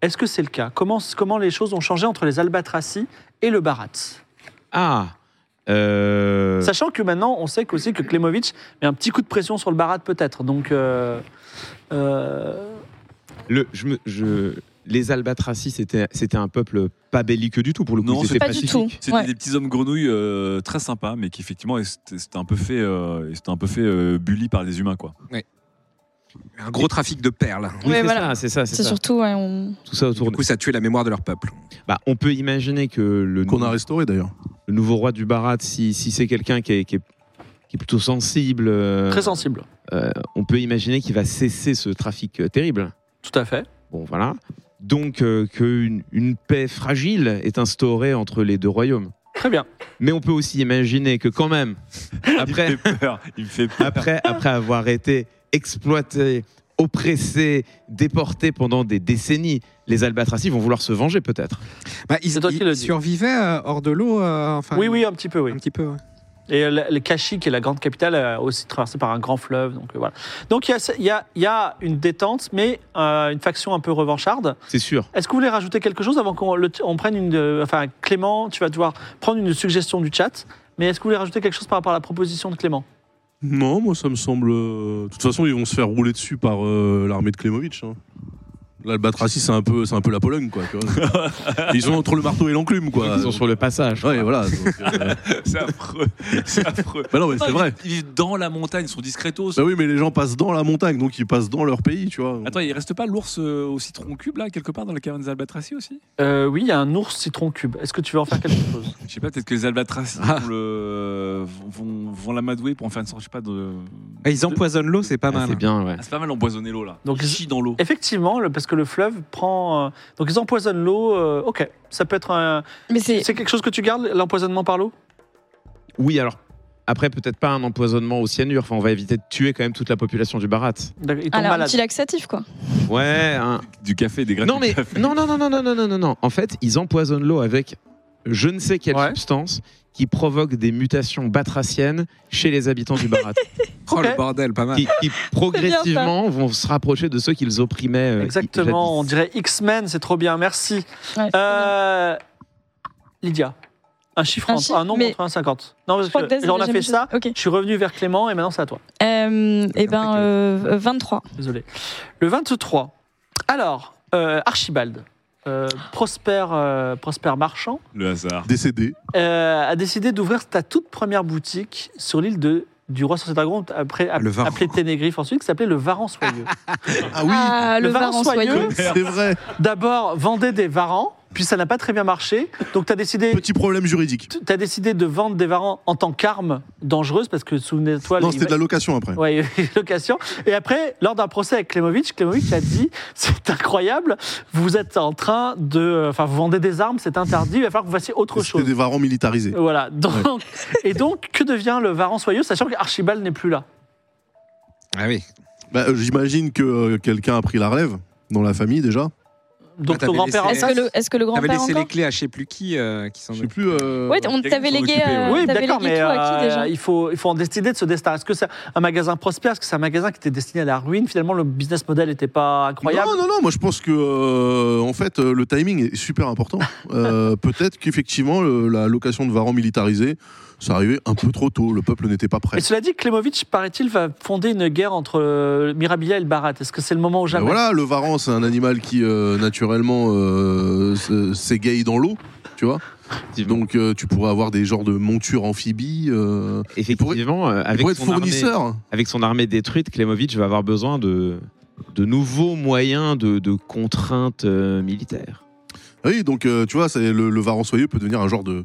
A: Est-ce que c'est le cas comment, comment les choses ont changé entre les albatracis et le Barat
G: Ah. euh,
A: Sachant que maintenant, on sait aussi que Klemovic met un petit coup de pression sur le Barat peut-être. Donc, euh, euh,
G: le, je me- je- les Albatracis, c'était c'était un peuple pas belliqueux du tout pour le coup.
E: Non,
G: Ils
E: c'est
G: étaient
C: pas du
G: pacifiques.
C: tout.
E: C'était
C: Ouais.
E: des petits hommes grenouilles euh, très sympas, mais qui effectivement c'était c'était un peu fait, euh, c'était un peu fait euh, bully par les humains quoi.
D: Un gros trafic de perles.
A: Ah,
G: Oui,
C: Ouais,
G: c'est
C: voilà.
G: ça, c'est ça, c'est
C: C'est
G: ça.
C: surtout. ouais, on-
G: Tout ça autour
D: Du coup, ça a tué la mémoire de leur peuple.
G: Bah, on peut imaginer que le,
B: Qu'on a
G: nou-
B: restauré d'ailleurs.
G: le nouveau roi du Barat, si, si c'est quelqu'un qui est, qui, est, qui est plutôt sensible, euh,
A: très sensible.
G: euh, on peut imaginer qu'il va cesser ce trafic euh, terrible.
A: Tout à fait.
G: Bon, voilà. Donc, euh, qu'une une paix fragile est instaurée entre les deux royaumes.
A: Très bien.
G: Mais on peut aussi imaginer que quand même, après,
E: Il me fait peur. Il me fait peur.
G: après, après avoir été exploités, oppressés, déportés pendant des décennies, les albatracis vont vouloir se venger peut-être.
D: Bah, ils
A: C'est toi qui
D: ils
A: le dis.
D: survivaient euh, hors de l'eau. euh, enfin,
A: oui, oui, un petit peu, oui.
D: un petit peu. ouais.
A: Et le, le Kashi, qui est la grande capitale, est aussi traversée par un grand fleuve. Donc, euh, voilà. Donc, il y a, il y a- il y a une détente, mais euh, une faction un peu revancharde.
G: C'est sûr.
A: Est-ce que vous voulez rajouter quelque chose avant qu'on le- on prenne une. euh, enfin, Clément, tu vas devoir prendre une suggestion du chat. Mais est-ce que vous voulez rajouter quelque chose par rapport à la proposition de Clément
B: Non, moi ça me semble. euh, De toute façon, ils vont se faire rouler dessus par euh, l'armée de Klemovic. hein. L'Albatracie, c'est un peu, c'est un peu la Pologne, quoi.
A: <laughs>
B: tu vois. ils sont entre le marteau et l'enclume, quoi.
G: Ils sont sur le passage.
B: Ouais, voilà. donc, euh,
E: <laughs> C'est affreux. C'est affreux.
B: <laughs> Bah non, mais c'est vrai.
E: Ils vivent dans la montagne, ils sont discretos.
B: Bah oui, mais les gens passent dans la montagne, donc ils passent dans leur pays, tu vois.
E: Attends, il reste pas l'ours euh, au citron cube là, quelque part dans la caverne des albatracies aussi
A: Euh, oui, il y a un ours citron cube. Est-ce que tu veux en faire quelque <laughs> chose
E: Je sais pas, peut-être que les albatracies
A: Ah.
E: vont, le- vont, vont l'amadouer pour en faire une sorte, je sais pas, de.
D: Ah, Ils empoisonnent l'eau, c'est pas
G: Ah,
D: mal. hein.
G: c'est bien, ouais.
E: Ah, c'est pas mal empoisonner l'eau là.
A: Donc,
E: Donc, chie dans l'eau.
A: Effectivement, le- parce que le fleuve prend. euh, donc ils empoisonnent l'eau. euh, ok, ça peut être un.
C: Mais c'est.
A: C'est quelque chose que tu gardes, l'empoisonnement par l'eau
G: Oui, alors. Après, peut-être pas un empoisonnement au cyanure. Enfin, on va éviter de tuer quand même toute la population du Barat.
A: D'accord, Ils tombent
C: Alors, un
A: malades.
C: petit laxatif, quoi.
G: Ouais, un-
E: Du café, des graines.
G: Non,
E: de
G: mais
E: café.
G: non, non, non, non, non, non, non, non, non. En fait, ils empoisonnent l'eau avec je ne sais quelle
A: Ouais.
G: substance qui provoque des mutations batraciennes chez les habitants du Barat,
D: Oh le
A: Ok.
D: bordel, pas mal.
G: qui, qui progressivement vont se rapprocher de ceux qu'ils opprimaient. euh,
A: Exactement, on
G: jadis.
A: dirait X-Men, c'est trop bien, merci.
C: Ouais.
A: Euh, Lydia, un chiffre,
C: Un
A: entre-
C: chiffre,
A: un nombre
C: mais-
A: entre 1 et 50. Non, parce
C: Je crois que
A: que
C: Daz
A: genre, on
C: avait
A: a fait
C: jamais
A: ça,
C: Ok.
A: je suis revenu vers Clément et maintenant c'est à toi.
C: Euh, eh ben, euh, 23.
A: Désolé. Le 23. Alors, euh, Archibald, euh, Prosper, euh, Prosper Marchand,
E: Le hasard.
B: Décédé.
A: euh, a décidé d'ouvrir ta toute première boutique sur l'île de du roi sur ses dragons après
D: Le Varan.
A: appelé Ténégriffe ensuite qui s'appelait le Varan soyeux.
B: Ah oui,
C: ah, le,
A: le
C: Varan
A: Varan soyeux.
C: soyeux.
B: c'est vrai.
A: D'abord vendait des varans, puis ça n'a pas très bien marché, donc tu as décidé
B: Petit problème juridique.
A: tu as décidé de vendre des varans en tant qu'arme dangereuse parce que souvenez-toi
B: Non,
A: les-
B: c'était de la location après.
A: Ouais, <laughs> location. Et après, lors d'un procès avec Klemovic, Klemovic a dit c'est incroyable, vous êtes en train de enfin vous vendez des armes, c'est interdit, il va falloir que vous fassiez autre chose.
B: C'était des varans militarisés.
A: Voilà. Donc,
C: <laughs>
A: Et donc, que devient le Varan soyeux, sachant qu'Archibald n'est plus là
D: Ah oui.
B: Bah, euh, J'imagine que euh, quelqu'un a pris la relève dans la famille déjà.
A: Donc,
D: Ah,
A: ton
D: t'avais
A: grand-père
D: laissé-
C: Est-ce
A: en
C: que le, est-ce que le
D: T'avais
C: grand-père
D: laissé
C: encore
D: les clés à je sais plus qui euh, qui s'en
B: Je sais
D: occupe.
B: plus. euh,
C: Ouais, on
E: quelqu'un
C: t'avait
E: s'en
C: légué,
E: occupait, ouais.
C: euh,
A: Oui,
C: t'avais
A: d'accord,
C: légué
A: mais
C: tout à
A: euh,
C: qui déjà
A: il, faut, il faut en décider de ce destin. Est-ce que c'est un magasin prospère Est-ce que c'est un magasin qui était destiné à la ruine Finalement, le business model n'était pas incroyable.
B: Non, non, non, moi je pense que euh, en fait euh, le timing est super important. Euh, Peut-être qu'effectivement le- la location de varans militarisés, ça arrivait un peu trop tôt, le peuple n'était pas prêt.
A: Mais cela dit, Klemovic, paraît-il, va fonder une guerre entre euh, Mirabilia et le Barat. Est-ce que c'est le moment ou
C: Ben
B: Mais
A: jamais
B: Euh, Voilà, le varan c'est un animal qui euh, naturellement euh, se- s'égaye dans l'eau, tu vois.
G: Effectivement,
B: Donc euh, tu pourrais avoir des genres de montures amphibies. Euh,
G: effectivement, euh,
B: tu
G: avec,
B: pourrais être
G: son armée,
B: fournisseur.
G: avec son armée détruite, Klemovic va avoir besoin de, de nouveaux moyens de, de contraintes euh, militaires.
B: Oui, donc euh, tu vois, c'est le, le varan soyeux peut devenir un genre de,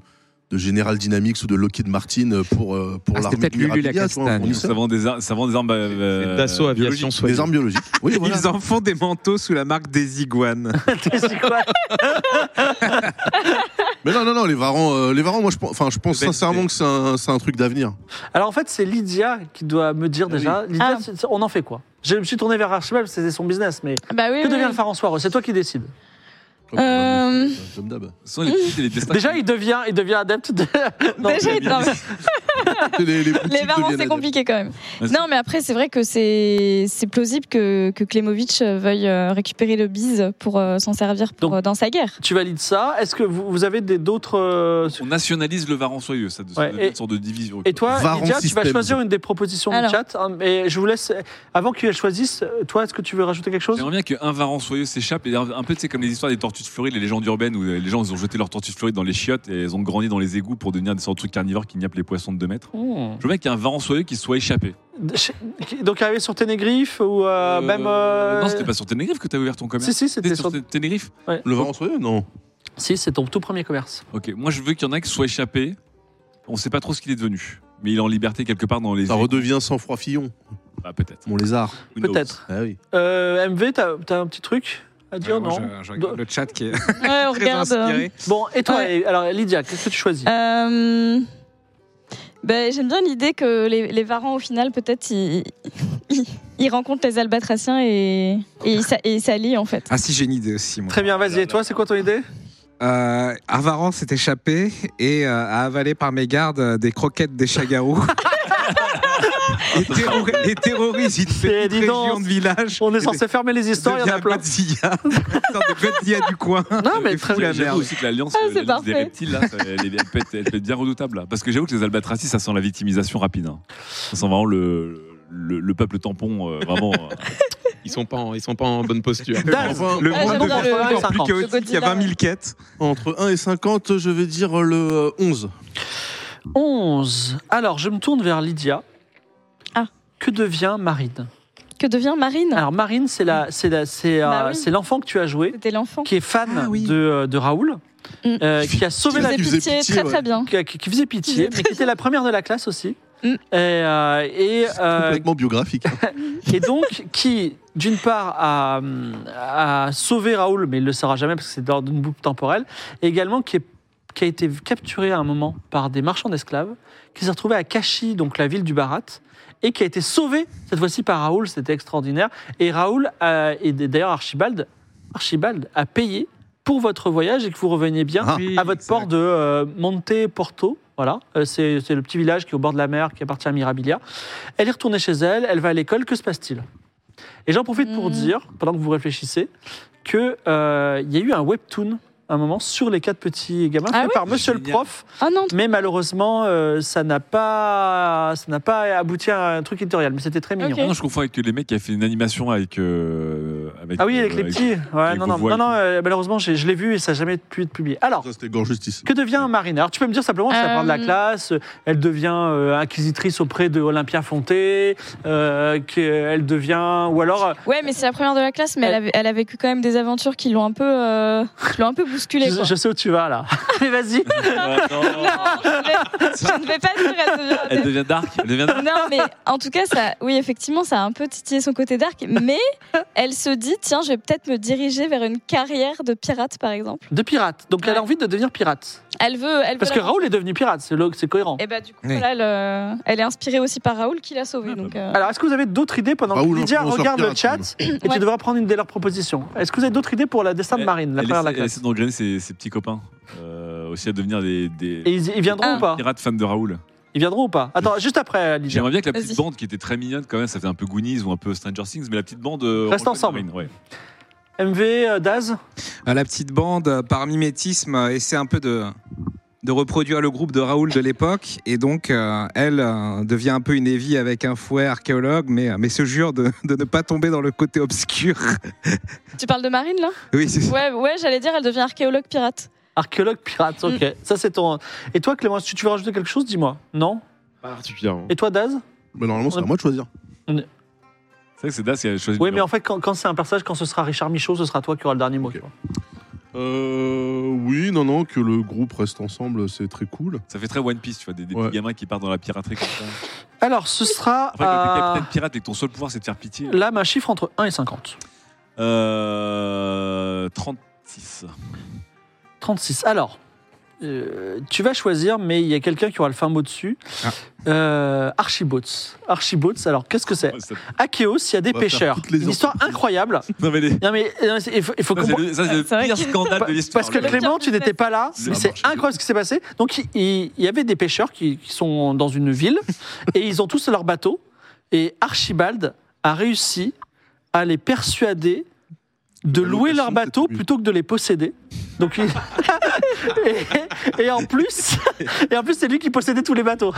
B: de général dynamics ou de Lockheed Martin pour, euh, pour
D: Ah, c'était
B: l'armée
D: peut-être
B: de
D: Lulu la
B: Mirabilia, tu vois, un
D: castagne.
E: Ça
B: fournisseur.
E: vend des, ar- ça vend des armes.
G: C'est
E: euh,
G: Dassault
E: biologiques.
G: Aviation
B: Des
G: Soyeux.
B: armes biologiques. Oui, voilà.
D: <laughs> Ils en font des manteaux sous la marque des iguanes.
A: <laughs> C'est quoi
B: Mais non, non, non, les varans, euh, les varans moi, je, pense- enfin, je pense
D: Belle
B: sincèrement
D: idée.
B: que c'est un, c'est un truc d'avenir.
A: Alors en fait, c'est Lydia qui doit me dire déjà. Lydia,
C: Ah.
A: c'est- c'est- on en fait quoi Je me suis tourné vers Archibald, c'était son business, mais
C: Bah oui.
A: que
C: oui.
A: devient le pharaon soirée C'est toi qui décides.
C: Euh,
B: Comme d'hab.
E: Ce sont les, les destins
A: Déjà, il devient, il devient adepte de. Non,
C: Déjà,
A: mais-
C: non, mais- <laughs>
B: Les, les,
C: les varans, c'est compliqué quand même. Non, mais après, c'est vrai que c'est c'est plausible que, que Klemovic veuille euh, récupérer le bise pour euh, s'en servir pour,
A: Donc-
C: euh, dans
A: <laughs>
C: sa guerre.
A: Tu valides ça Est-ce que vous, vous avez des- d'autres. euh,
E: On nationalise le varan soyeux, ça, de- ça
A: Ouais,
E: devient
A: et-
E: une sorte de division.
A: Et toi,
B: Varan
A: Lydia, tu vas
B: Systems.
A: choisir une des propositions
C: Alors.
A: du chat. hein, mais je vous laisse. Avant qu'elle choisisse, toi, est-ce que tu veux rajouter quelque chose
E: J'aimerais bien qu'un varan soyeux s'échappe et un peu, tu sais, comme les histoires des tortues de Floride, les légendes urbaines où euh, les gens ils ont jeté leurs tortues de Floride dans les chiottes et elles ont grandi dans les égouts pour devenir des sortes de trucs carnivores qui niappent les poissons de 2 mètres. Je veux bien qu'il y ait un varan soyeux qui soit échappé.
A: Oh. Donc, arrivé sur Ténégriffe ou euh,
E: Euh,
A: même. euh,
E: Non, c'était pas sur Ténérife que t'as ouvert ton commerce.
A: Si, si, c'était
E: C'était
A: sur.
E: sur Té- Ténérife
B: Le varan soyeux, non.
A: Si, c'est ton tout premier commerce.
E: Ok, moi je veux qu'il y en a qui soient échappés. On sait pas trop ce qu'il est devenu. Mais il est en liberté quelque part dans les.
B: Ça redevient sans froid fillon,
E: Bah, peut-être.
B: mon lézard.
E: Who knows.
A: Peut-être.
B: Ah oui.
A: Euh, MV, t'as t'as un petit truc à dire
D: Ouais, moi,
A: Non
D: je- je regarde le chat qui est
C: Ouais, on
D: très
C: regarde. euh,
D: inspiré.
A: Bon, et toi,
C: Ouais.
A: et- alors Lydia, qu'est-ce que tu choisis
C: Euh, ben, J'aime bien l'idée que les, les varans, au final, peut-être, ils, ils, ils rencontrent les albatraciens et, et ils s'a- et ils s'allient, en fait.
D: Ah si, j'ai une idée aussi moi.
A: Très bien, vas-y. Et toi, c'est quoi ton idée
D: Euh, un varan s'est échappé et euh, a avalé par mes gardes euh, des croquettes des chagarous. <laughs> les, terro- les terroristes d'une
A: Eh,
D: petite
A: dis donc,
D: région de village.
A: On est censé fermer les histoires, il y en a plein.
D: Godzilla <laughs> du coin.
A: Non, mais
E: Et
A: très
E: puis,
A: bien.
D: la
E: J'avoue
D: merde.
E: aussi que l'alliance euh,
C: Ah, c'est
E: l'alliance des
C: parfait.
E: reptiles, là, ça- elle, est- elle peut être, elle peut être bien redoutable. là. Parce que j'avoue que les albatracis, ça sent la
C: <laughs>
E: victimisation rapide. hein. Ça sent vraiment le, le, le peuple tampon, euh, vraiment. euh,
G: Ils sont pas en, ils sont pas en bonne posture.
A: Dalle.
B: Enfin,
D: Le
F: Ah,
D: monde de
F: j'adore
D: Godzilla
A: le-
D: est encore plus
A: le
D: chaotique, il y a
F: Godzilla,
D: 20 000 quêtes.
B: Entre 1 et 50, je vais dire le euh, 11.
A: 11. Alors, je me tourne vers Lydia.
C: Ah.
A: Que devient Marine
C: Que devient Marine
A: Alors, Marine, c'est la, c'est la, c'est, euh,
C: Bah oui.
A: c'est l'enfant que tu as joué,
C: C'était l'enfant.
A: qui est fan
D: Ah oui.
A: de, euh, de Raoul,
C: Mm.
A: euh, qui a sauvé
C: Qui
A: la
C: faisait
B: qui faisait
C: pitié,
B: pitié,
C: très
B: ouais.
C: très bien.
A: qui, a- qui faisait
C: <laughs>
A: pitié, mais qui était la première de la classe aussi.
C: Mm.
A: Et, euh, et, euh,
B: Complètement biographique.
A: et donc, qui, d'une part, a, hum, a sauvé Raoul, mais il ne le saura jamais parce que c'est dans une boucle temporelle, et également qui, est- qui a été capturé à un moment par des marchands d'esclaves, qui s'est retrouvé à Kashi, donc la ville du Barat, et qui a été sauvé, cette fois-ci, par Raoul. C'était extraordinaire. Et Raoul, a- et d'ailleurs Archibald, Archibald a payé pour votre voyage et que vous reveniez bien
B: Ah.
A: à votre port de euh, Monte Porto. Voilà, Euh, c'est c'est le petit village qui est au bord de la mer, qui appartient à Mirabilia. Elle est retournée chez elle, elle va à l'école, que se passe-t-il Et j'en profite pour
C: Hmm.
A: dire, pendant que vous réfléchissez, qu'il euh, il y a eu un webtoon à un moment sur les quatre petits gamins
C: Ah
A: fait
C: oui
A: par monsieur le
D: Génial.
A: prof,
C: Ah non,
A: mais malheureusement euh, ça n'a pas ça n'a pas abouti à un truc éditorial, mais c'était très mignon.
E: Ah non, je confonds avec les mecs qui a fait une animation avec. euh, avec
A: Ah oui, avec
E: euh,
A: les
E: <laughs>
A: petits. Ouais,
E: avec
A: non,
E: vos
A: non, non,
E: voix et
A: non,
E: tout.
A: euh, malheureusement, j'ai- je l'ai vu et ça n'a jamais pu être publié. Alors,
B: <laughs> Ça, c'était Gore Justice.
A: que devient Marine Alors, tu peux me dire simplement, c'est la première de la
C: Euh,
A: classe, euh, elle devient euh, inquisitrice auprès de Olympia Fonté, euh, qu'elle devient. Ou alors. euh,
C: ouais, mais c'est la première de la classe, mais elle, a- elle a vécu quand même des aventures qui l'ont un peu, euh, qui l'ont un peu bousculée.
A: Je,
C: quoi.
A: je sais où tu vas
C: <laughs>
A: là. Mais vas-y.
E: Ah, non.
C: Non, je, vais- je ne vais pas dire. elle devient-
E: Elle devient dark. Elle devient dark.
C: Non, mais en tout cas, ça, oui, effectivement, ça a un peu titillé son côté dark, mais elle se dit, tiens, je vais peut-être me diriger vers une carrière de pirate, par exemple.
A: De pirate. Donc elle a
C: Ouais.
A: envie de devenir pirate.
C: Elle veut. Elle
A: Parce
C: veut
A: que
C: la-
A: Raoul est devenu pirate, c'est lo- c'est cohérent.
C: Eh ben, du coup,
D: Oui.
C: là, elle, euh, elle est inspirée aussi par Raoul qui l'a sauvée.
A: Ah,
C: Donc, euh,
A: Alors, est-ce que vous avez d'autres idées pendant
B: Raoul,
A: que Lydia
B: influenceur
A: regarde le
B: pirate,
A: chat et tu
C: Ouais.
A: devras prendre une de leurs propositions Est-ce que vous avez d'autres idées pour la destin de
E: Elle-
A: Marine, la
E: Elle
A: première de la
E: essaie, elle
A: classe
E: essaie d'engrainer ses, ses petits copains euh, aussi à devenir des, des
A: Et ils, ils viendront
C: Ah.
A: ou pas
E: pirates fans de Raoul.
A: Ils viendront ou pas Attends, juste après, Lydia.
E: J'aimerais bien que la petite
C: Vas-y.
E: bande qui était très mignonne quand même, ça fait un peu Goonies ou un peu Stranger Things, mais la petite bande. euh,
A: Reste
E: rejoigne
A: ensemble.
E: Marine, ouais.
A: MV, euh, Daz
D: à la petite bande euh, par mimétisme euh, essaie un peu de, de reproduire le groupe de Raoul de l'époque et donc euh, elle euh, devient un peu une Evie avec un fouet archéologue mais, mais se jure de, de ne pas tomber dans le côté obscur. <laughs>
C: tu parles de Marine, là
D: Oui, c'est ça.
C: Ouais, ouais j'allais dire, elle devient archéologue pirate.
A: Archéologue pirate, ok.
C: Mm.
A: Ça, c'est ton. Et toi, Clément, si tu veux rajouter quelque chose, dis-moi. Non
G: Pas particulièrement.
A: Et toi, Daz
B: Mais Bah, normalement, c'est à moi de choisir.
E: C'est vrai que c'est Das qui a choisi.
A: Oui, mais
E: le numéro.
A: en fait, quand, quand c'est un personnage, quand ce sera Richard Michaud, ce sera toi qui auras le dernier mot.
B: Ok.
A: tu vois.
B: Euh, oui, non, non, que le groupe reste ensemble, c'est très cool.
E: Ça fait très One Piece, tu vois, des, des
B: Ouais.
E: petits gamins qui partent dans la piraterie comme ça.
A: Alors, ce sera.
E: Après, quand t'es
A: euh,
E: capitaine pirate et que ton seul pouvoir c'est de faire pitié.
A: Là, ma chiffre entre 1 et 50.
E: Euh,
A: <laughs>
E: 36.
A: 36. Alors, euh, tu vas choisir, mais il y a quelqu'un qui aura le fin mot dessus.
D: Ah.
A: Euh, Archibots. Archibots, alors qu'est-ce que c'est
E: Ouais, ça-
A: Akeos, il y a des
B: On va faire
A: pêcheurs.
B: toutes les
A: Une histoire incroyable.
E: Non, mais les-
A: Non, mais euh, c'est- il faut, il faut
E: ça, c'est
A: comprendre.
E: le, ça, c'est le
C: C'est vrai
E: pire
C: que- <laughs>
E: scandale de l'histoire.
A: Bah, Parce que
E: le mec.
A: Clément, tu n'étais pas là.
E: Le-
A: mais C'est
E: Ah, bon,
A: incroyable ce qui s'est passé. Donc, il- il il y avait des pêcheurs qui, qui sont dans une
E: <laughs>
A: ville et ils ont tous leur bateau. Et Archibald a réussi à les persuader de
B: La
A: louer leur
B: location,
A: bateau
B: c'était mieux.
A: plutôt que de les posséder. Donc,
E: <laughs>
A: il- <laughs> et, et en plus, et en plus, c'est lui qui possédait tous les bateaux.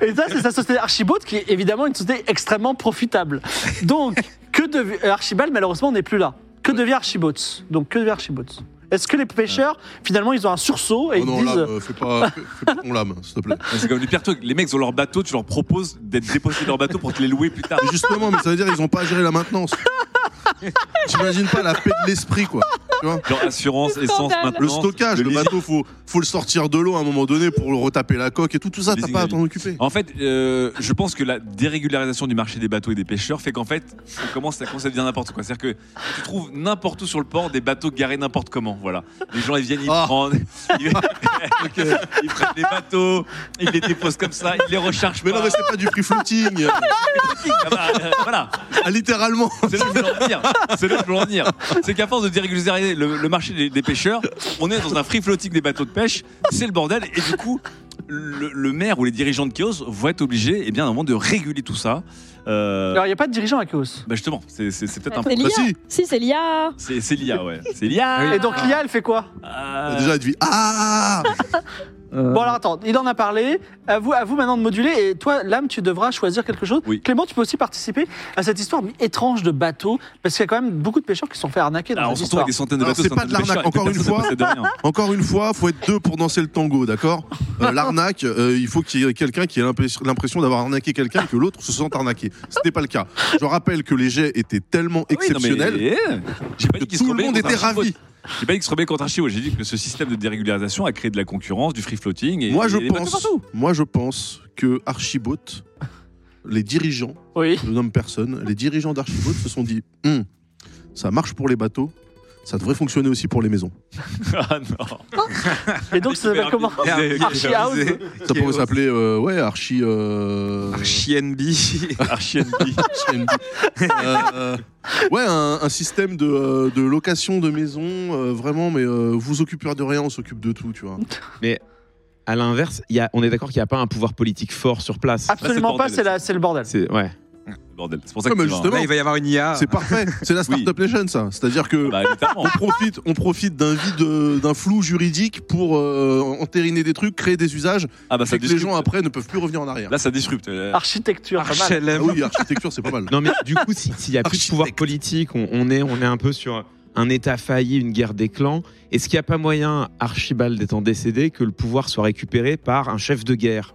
A: Et ça, c'est sa société Archibald, qui est évidemment une société extrêmement profitable. Donc, que dev- euh, Archibald, malheureusement, n'est plus là. Que devient Archibald Donc, que devient Archibald Est-ce que les pêcheurs,
E: Euh.
A: finalement, ils ont un sursaut et
B: oh
A: ils
B: non,
A: disent
B: l'âme, euh, fais pas, fais, fais pas ton lame, hein, s'il te plaît.
E: C'est comme les pires trucs. Les mecs ils ont leur bateau, tu leur proposes d'être déposé de leur bateau pour te les louer
A: <laughs>
E: plus tard.
B: Mais justement, mais ça veut dire qu'ils ont pas géré la maintenance. T'imagines pas la paix de l'esprit, quoi. Tu vois
E: Genre assurance,
C: Le
E: essence,
C: scandale.
E: maintenance.
B: le stockage, le,
E: leasing.
B: bateau, faut, faut le sortir de l'eau à un moment donné pour le retaper la coque et tout, tout ça, t'as
E: Leasing
B: pas
E: à
B: à t'en occuper.
E: En fait, euh, je pense que la dérégularisation du marché des bateaux et des pêcheurs fait qu'en fait, on commence à commence à devenir n'importe quoi. C'est-à-dire que tu trouves n'importe où sur le port des bateaux garés n'importe comment. Voilà. Les gens, ils viennent, ils
B: Ah.
E: prennent, ils,
B: <laughs>
E: ils prennent les bateaux, ils les déposent comme ça, ils les rechargent.
B: Mais
E: pas.
B: non, mais c'est pas du free floating, euh,
E: Ah bah, euh, voilà.
B: ah, littéralement.
E: C'est là où je veux en venir. C'est là où je veux en venir. C'est qu'à force de dérégulariser le, le marché des, des pêcheurs, on est dans un free floating des bateaux de pêche. C'est le bordel. Et du coup, le, le maire ou les dirigeants de kiosques vont être obligés, eh bien, à un moment, de réguler tout ça. Euh,
A: Alors, il n'y a pas de dirigeant à Chaos.
E: bah justement, c'est c'est- c'est peut-être un.
C: C'est l'IA.
B: Bah, si.
C: Si, c'est l'IA.
E: C'est c'est l'IA, ouais. C'est l'IA.
A: Et donc, l'IA, elle fait quoi
E: Ah.
B: Déjà, elle te dit Ah
H: Euh,
A: Bon, alors attends, il en a parlé. À vous, à vous maintenant de moduler. Et toi, l'âme, tu devras choisir quelque chose.
E: Oui.
A: Clément, tu peux aussi participer à cette histoire étrange de bateau, parce qu'il y a quand même beaucoup de pêcheurs qui se sont fait arnaquer dans
E: Alors, Ah, on
A: cette
E: se retrouve
A: histoire.
E: avec des centaines de
B: Alors,
E: bateaux.
B: c'est
E: des
B: pas de
E: centaines pêcheurs,
B: l'arnaque,
E: et
B: encore une
E: personne
B: fois.
E: ne possède de rien.
B: Encore une fois, faut être deux pour danser le tango, d'accord Euh, L'arnaque, euh, il faut qu'il y ait quelqu'un qui ait l'impres- l'impression d'avoir arnaqué quelqu'un et que l'autre se sente arnaqué. Ce n'est pas le cas. Je rappelle que les jets étaient tellement
E: Ah Oui, non, mais-
B: exceptionnels
E: eh, J'ai pas dit
B: que
E: qu'il se
B: tout le
E: rebelle
B: monde
E: contre
B: était
E: un chiffre.
B: ravi.
E: J'ai pas dit qu'il se rebelle contre un chiot. J'ai dit que ce système de dérégularisation a créé de la concurrence, du free floating. Et,
B: Moi, je
E: et des bateaux
B: pense,
E: partout.
B: moi, je pense que Archibot, les dirigeants,
A: Oui.
B: je nomme personne, les dirigeants d'Archibot se sont dit Hum, ça marche pour les bateaux, ça devrait fonctionner aussi pour les maisons.
E: <laughs> Ah non.
A: Et donc, ça s'appelle comment
D: Et un-
A: Archie House.
D: et-
B: Ça
D: qui
B: pourrait
D: est-
B: s'appeler, euh, ouais, Archi. euh,
D: Archie NB.
E: Archie NB.
B: CNB. Euh, ouais, un, un système de, euh, de location de maison, euh, vraiment, mais euh, vous occuperez de rien, on s'occupe de tout, tu vois.
G: À l'inverse, il y a- on est d'accord qu'il n'y a pas un pouvoir politique fort sur place.
A: Absolument
E: le
A: pas,
E: bordel,
A: c'est la- c'est le bordel.
G: C'est ouais.
E: <laughs> Bordel. C'est pour ça que
B: Ouais, mais
E: tu vas-
D: <laughs>
B: justement,
D: Là, il va y avoir une IA.
B: C'est parfait, c'est la Startup Nation, ça. C'est-à-dire que.
E: Bah,
B: <laughs>
E: littéralement.
B: On profite, on profite d'un vide, euh, d'un flou juridique pour euh, entériner des trucs, créer des usages,
E: Ah bah ça
B: fait que les
E: disrupte.
B: gens Ah, après ne peuvent plus revenir en arrière.
E: Là, ça disrupte. Euh,
A: Architecture, pas mal.
B: Ah
D: HLM.
B: oui, architecture, c'est pas mal.
G: Non mais du coup, si- s'il n'y a plus de
B: Architecte.
G: pouvoir politique, on, on est on est un peu sur un État failli, une guerre des clans. Est-ce qu'il n'y a pas moyen, Archibald étant décédé, que le pouvoir soit récupéré par un chef de guerre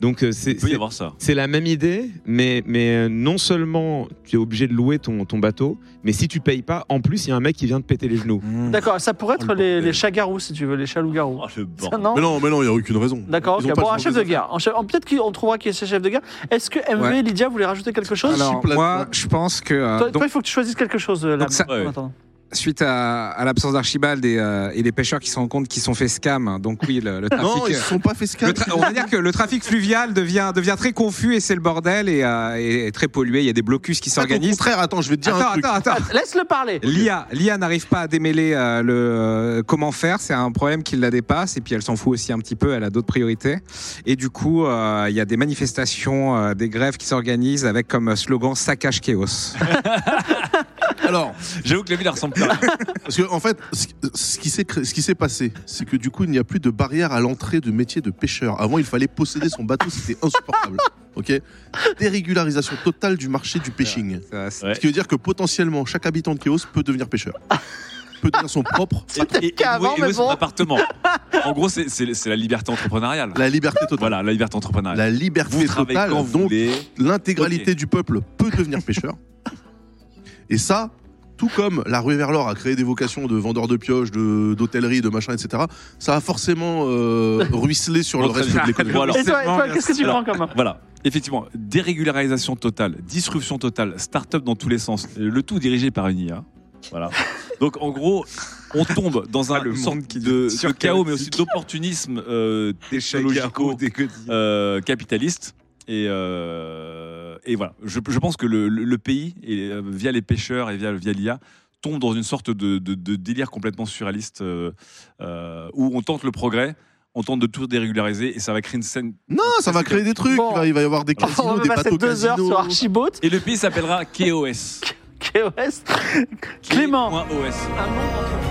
G: Donc euh, c'est
E: Il peut y
G: c'est-
E: avoir ça.
G: c'est la même idée, mais, mais euh, non seulement tu es obligé de louer ton, ton bateau, mais si tu payes pas, en plus il y a un mec qui vient de péter les genoux.
B: Hmm.
D: Mmh.
A: D'accord, ça pourrait être
E: Oh, le
A: les,
E: bordel.
A: les chats garous, si tu veux, les chats-loups-garous.
E: Oh, le
A: Ça,
E: bordel.
A: non
B: <laughs> Mais non, mais non, il n'y a aucune raison.
A: D'accord,
B: Ils ont
A: ok.
B: pas
A: bon,
B: le
A: un chef de
B: pouvoir
A: guerre. Un chef- Peut-être qu'on trouvera qui est ce chef de guerre. Est-ce que MV,
D: Ouais.
A: Lydia, voulait rajouter quelque chose
D: Alors,
B: plate-
D: moi, je pense que. euh,
A: toi,
D: donc,
A: toi, il faut que tu choisisses quelque chose euh, là.
D: Donc ça-
A: en
E: Ouais.
A: attendant.
D: suite à, à l'absence d'Archibald et, euh, et les pêcheurs qui se rendent compte qu'ils se sont fait scam, donc oui, le, le trafic.
B: Non, ils se sont pas
D: le
B: fait scan.
D: tra- on va dire que le trafic fluvial devient, devient très confus et c'est le bordel et, euh, et très pollué. Il y a des blocus qui
B: Au
D: s'organisent.
B: contraire, attends, je vais te dire
D: Attends,
B: un truc.
D: attends, attends.
A: Laisse-le parler.
D: L'IA, l'IA n'arrive pas à démêler euh, le euh, comment faire, c'est un problème qui la dépasse et puis elle s'en fout aussi un petit peu, elle a d'autres priorités. Et du coup, euh, il y a des manifestations, euh, des grèves qui s'organisent avec comme slogan saccage chaos.
B: Alors,
E: J'avoue que la ville elle ressemble pas.
B: parce que en fait, ce ce qui s'est cré- ce qui s'est passé, c'est que du coup, il n'y a plus de barrière à l'entrée de métier de pêcheur. Avant, il fallait posséder son bateau, c'était
E: <laughs>
B: insupportable. Ok, dérégularisation totale du marché du pêching.
D: Ça, Euh, c'est-
B: Ce qui veut dire que potentiellement, chaque habitant de Chaos peut
E: <laughs>
B: devenir pêcheur. peut devenir son propre.
E: Et- et
A: qu'à
E: louer-
A: avant,
E: et louer
A: mais
E: son
A: bon. <laughs>
E: appartement. En gros, c'est- c'est c'est la liberté entrepreneuriale.
B: La liberté totale.
E: Voilà, la liberté entrepreneuriale.
B: La liberté
E: Vous travaillez
B: totale.
E: quand vous
B: Donc,
E: voulez.
B: l'intégralité
E: Ok.
B: du peuple peut
A: <laughs>
B: devenir pêcheur. Et ça, tout comme la rue vers l'or a créé des vocations de vendeurs de pioches, de- d'hôtellerie, de, machin, etc., ça a forcément
A: <laughs>
B: euh, ruisselé sur le
E: Bon,
B: reste
E: très
B: de
E: bien.
B: l'économie.
E: Bon, alors,
A: Et toi, et toi,
D: forcément,
A: qu'est-ce que tu
E: alors-
A: prends comme
E: Voilà, effectivement, dérégularisation totale, disruption totale, start-up dans tous les sens, le tout dirigé par une IA. Voilà. Donc en gros, on tombe
B: <laughs>
E: dans un
D: Ah, le
E: sorte
D: monde qui-
E: de, de
D: sur
E: chaos, mais aussi d'opportunisme euh,
D: Des chaos,
E: technologico
D: des godilles.
E: euh, capitaliste. Et, euh, et voilà, je, je pense que le, le- le pays, et, euh, via les pêcheurs et via, via l'IA, tombe dans une sorte de, de- de délire complètement surréaliste euh, euh, où on tente le progrès, on tente de tout dérégulariser et ça va créer une scène.
B: Non, Ah, ça va créer des trucs.
A: Bon.
B: Il, va, il va y avoir des
A: ça <laughs> On
B: casinos,
A: va
B: des
A: passer
B: bateaux
A: deux heures
B: casinos.
A: sur Archibot,
E: Et le pays s'appellera KOS.
A: KOS, Clément.
E: Point OS.
A: un monde d'entreprise.